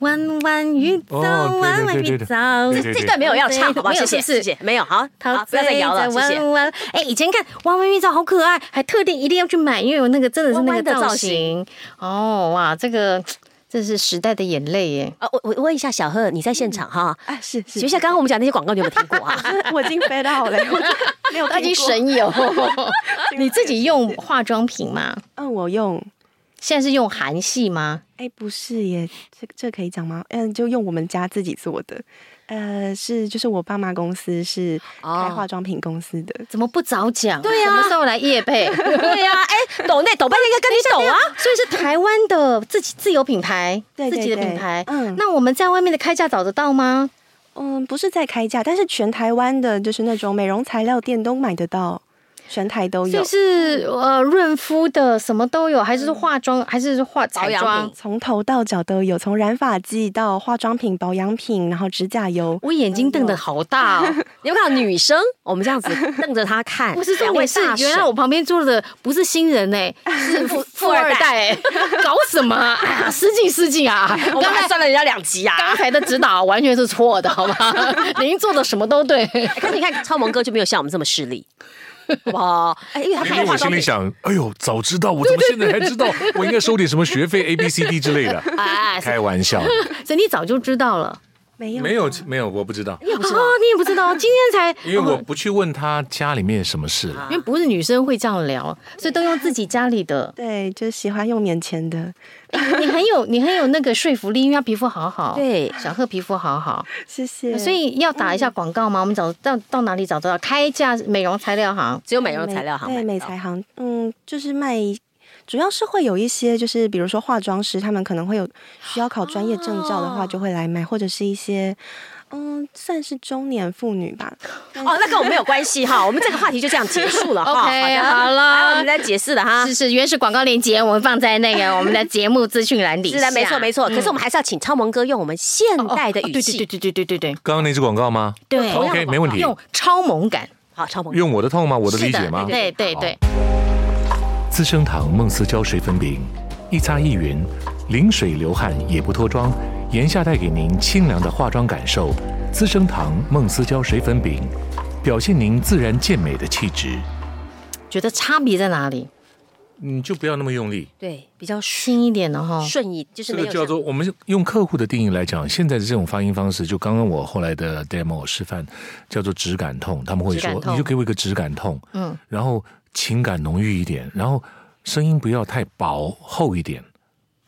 Speaker 5: 弯弯鱼枣，
Speaker 3: 哦对对
Speaker 5: 弯弯
Speaker 3: 对
Speaker 5: 鱼
Speaker 3: 对对
Speaker 5: 枣。
Speaker 3: 对
Speaker 6: 这这段没有要唱，好不好？
Speaker 5: 没有
Speaker 6: 谢谢，
Speaker 5: 是不是
Speaker 6: 谢谢，没有，好，好，
Speaker 5: 桃
Speaker 6: 不要再
Speaker 5: 子
Speaker 6: 摇了，谢谢。
Speaker 5: 弯弯，哎，以前看弯弯玉照好可爱，还特地一定要去买，因为有那个真的是
Speaker 6: 弯
Speaker 5: 那个
Speaker 6: 弯的
Speaker 5: 造
Speaker 6: 造型
Speaker 5: 型。哦，哇，这个这是时代的眼泪耶。
Speaker 6: 呃，我我问一下小贺，你在现
Speaker 5: 嗯
Speaker 6: 场哈？
Speaker 4: 哎，是是，
Speaker 6: 学一下刚刚我们讲那些广告，你有没有听过啊？
Speaker 5: <laughs>
Speaker 4: 我已经飞到了， <laughs> 我没有
Speaker 5: 他已经
Speaker 4: 听过。
Speaker 5: 神游。
Speaker 4: 经
Speaker 5: <laughs> 你自己用化妆品吗？
Speaker 4: 嗯，我用，
Speaker 5: 现在是用韩系吗？
Speaker 4: 哎，不是耶，这这可以讲吗？嗯，就用我们家自己做的，呃，是就是我爸妈公司是
Speaker 5: 哦
Speaker 4: 开化妆品公司的，
Speaker 5: 怎么不早讲？对呀、什么时候来夜配？
Speaker 6: 对呀，哎，抖内抖半天应该跟你抖啊。
Speaker 5: 所以是台湾的自己自有品牌，
Speaker 4: 对对
Speaker 5: 自己的
Speaker 4: 对
Speaker 5: 品牌。
Speaker 4: 嗯
Speaker 5: 那我们在外面的开价找得到吗？
Speaker 4: 嗯，不是在开价，但是全台湾的就是那种美容材料店都买得到，全台都
Speaker 5: 所
Speaker 4: 有
Speaker 5: 以，是呃润肤的，什么都有，还是化妆，还是化彩
Speaker 6: 保养
Speaker 5: 妆
Speaker 6: 品？
Speaker 4: 从头到脚都有，从染发剂到化妆品、保养品，然后指甲油。
Speaker 5: 我眼睛瞪得好大哦！
Speaker 6: <laughs> 你有没有看到女生？我们这样子瞪着她看，
Speaker 5: 不是重
Speaker 6: 两位
Speaker 5: 点是
Speaker 6: 大，
Speaker 5: 原来
Speaker 6: 神
Speaker 5: 我旁边坐的不是新人哎、是富富二代哎、搞什么啊？哎呀失敬失敬啊！
Speaker 6: <laughs> 我们还算了人家两集啊。
Speaker 5: 刚才的指导完全是错的，好吗？您做的什么都对。
Speaker 6: 可是你看超萌哥就没有像我们这么势利，好不好？哎，因为他
Speaker 3: 因为
Speaker 6: 买
Speaker 3: 我
Speaker 6: 化
Speaker 3: 心
Speaker 6: 妆
Speaker 3: 里
Speaker 6: 品，
Speaker 3: 想，哎呦，早知道我怎么现在才知道，我应该收点什么学费 A B C D 之类的。
Speaker 6: 哎，哎
Speaker 3: 开玩笑，
Speaker 5: 所以你早就知道了
Speaker 4: 没有，
Speaker 3: 没有没有，我不知道，
Speaker 5: 哦，你也不知道，今天才，哦
Speaker 3: 因为我不去问他家里面什么事了。
Speaker 5: 因为不是女生会这样聊，所以都用自己家里的。
Speaker 4: 对，就是喜欢用免钱的，
Speaker 5: 你很有，你很有那个说服力，因为她皮肤好好，，
Speaker 6: 对，
Speaker 5: 小贺皮肤好好，
Speaker 4: 谢谢。
Speaker 5: 所以要打一下广告吗？我们找到到哪里找得到？开价美容材料行。
Speaker 6: 只有美容材料行买啊
Speaker 4: 对
Speaker 6: 不
Speaker 4: 美
Speaker 6: 到
Speaker 4: 材行，嗯，就是卖，主要是会有一些，就是比如说化妆师，他们可能会有需要考专业证照的
Speaker 6: 哦
Speaker 4: 话，就会来买，或者是一些，嗯，算是中年妇女吧。
Speaker 6: 哦，那跟我们没有关系哈，我们这个话题就这样结束了哈。
Speaker 5: <laughs> OK，
Speaker 6: 来，
Speaker 5: 好
Speaker 6: 我
Speaker 5: 了
Speaker 6: 们，来解释了哈
Speaker 5: 是。是原始广告链接，我们放在那个我们的节目资讯栏里下。嗯
Speaker 6: 是的，没错没错。可是我们还是要请超萌哥用我们现代的
Speaker 5: 哦
Speaker 6: 语
Speaker 5: 对
Speaker 6: 气，
Speaker 5: 对对对对对对
Speaker 3: 刚刚那支广告吗
Speaker 5: 对
Speaker 6: 同样的
Speaker 3: ？OK，没问题。
Speaker 5: 用超萌感，
Speaker 6: 好，超萌哥。
Speaker 3: 用我的痛吗？我的
Speaker 5: 是
Speaker 3: 理解吗？
Speaker 5: 对对对。
Speaker 3: 资生堂梦思胶水粉饼，一擦一匀，零水流汗也不脱妆，眼下带给您清凉的化妆感受。资生堂梦思胶水粉饼，表现您自然健美的气质。
Speaker 5: 觉得差别在哪里？
Speaker 3: 你就不要那么用力。
Speaker 6: 对，比较顺
Speaker 5: 轻一点的哈，
Speaker 6: 顺意，就是
Speaker 3: 这
Speaker 6: 没有
Speaker 3: 个叫做我们用客户的定义来讲，现在的这种发音方式，就刚刚我后来的 demo 示范叫做质感痛，他们会
Speaker 5: 质
Speaker 3: 说
Speaker 5: 感痛
Speaker 3: 你就给我一个质感痛，
Speaker 5: 嗯，
Speaker 3: 然后情感浓郁一点，然后声音不要太薄厚一点，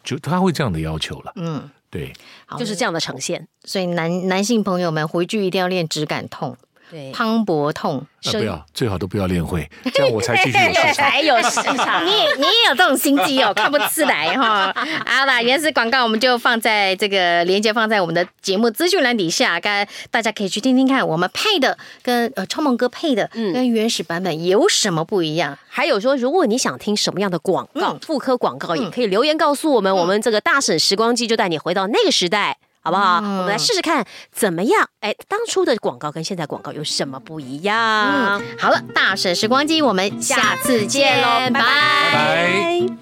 Speaker 3: 就他会这样的要求了，
Speaker 5: 嗯，
Speaker 3: 对。
Speaker 5: 好
Speaker 6: 就是这样的呈现。
Speaker 5: 所以男男性朋友们回去一定要练质感痛、
Speaker 6: 对，
Speaker 5: 磅礴痛。
Speaker 3: 啊，不要，最好都不要练会，这样我才继续有市
Speaker 5: <laughs>
Speaker 3: 场。
Speaker 6: 还有市场
Speaker 5: 你。也你也有这种心机哦， <laughs> 看不出来哈。好啦，原始广告我们就放在这个链接放在我们的节目资讯栏底下，大大家可以去听听看，我们配的跟呃超梦哥配的跟原始版本有什么不一样？
Speaker 6: 还有说，如果你想听什么样的广告，
Speaker 5: 嗯
Speaker 6: 妇科广告也
Speaker 5: 嗯
Speaker 6: 可以留言告诉我们，我们这个大婶时光机就带你回到那个时代。好不好？
Speaker 5: 嗯
Speaker 6: 我们来试试看怎么样？哎，当初的广告跟现在广告有什么不一样？
Speaker 5: 嗯嗯好了，大婶时光机，我们下次见喽，拜拜
Speaker 3: 拜。
Speaker 4: 拜。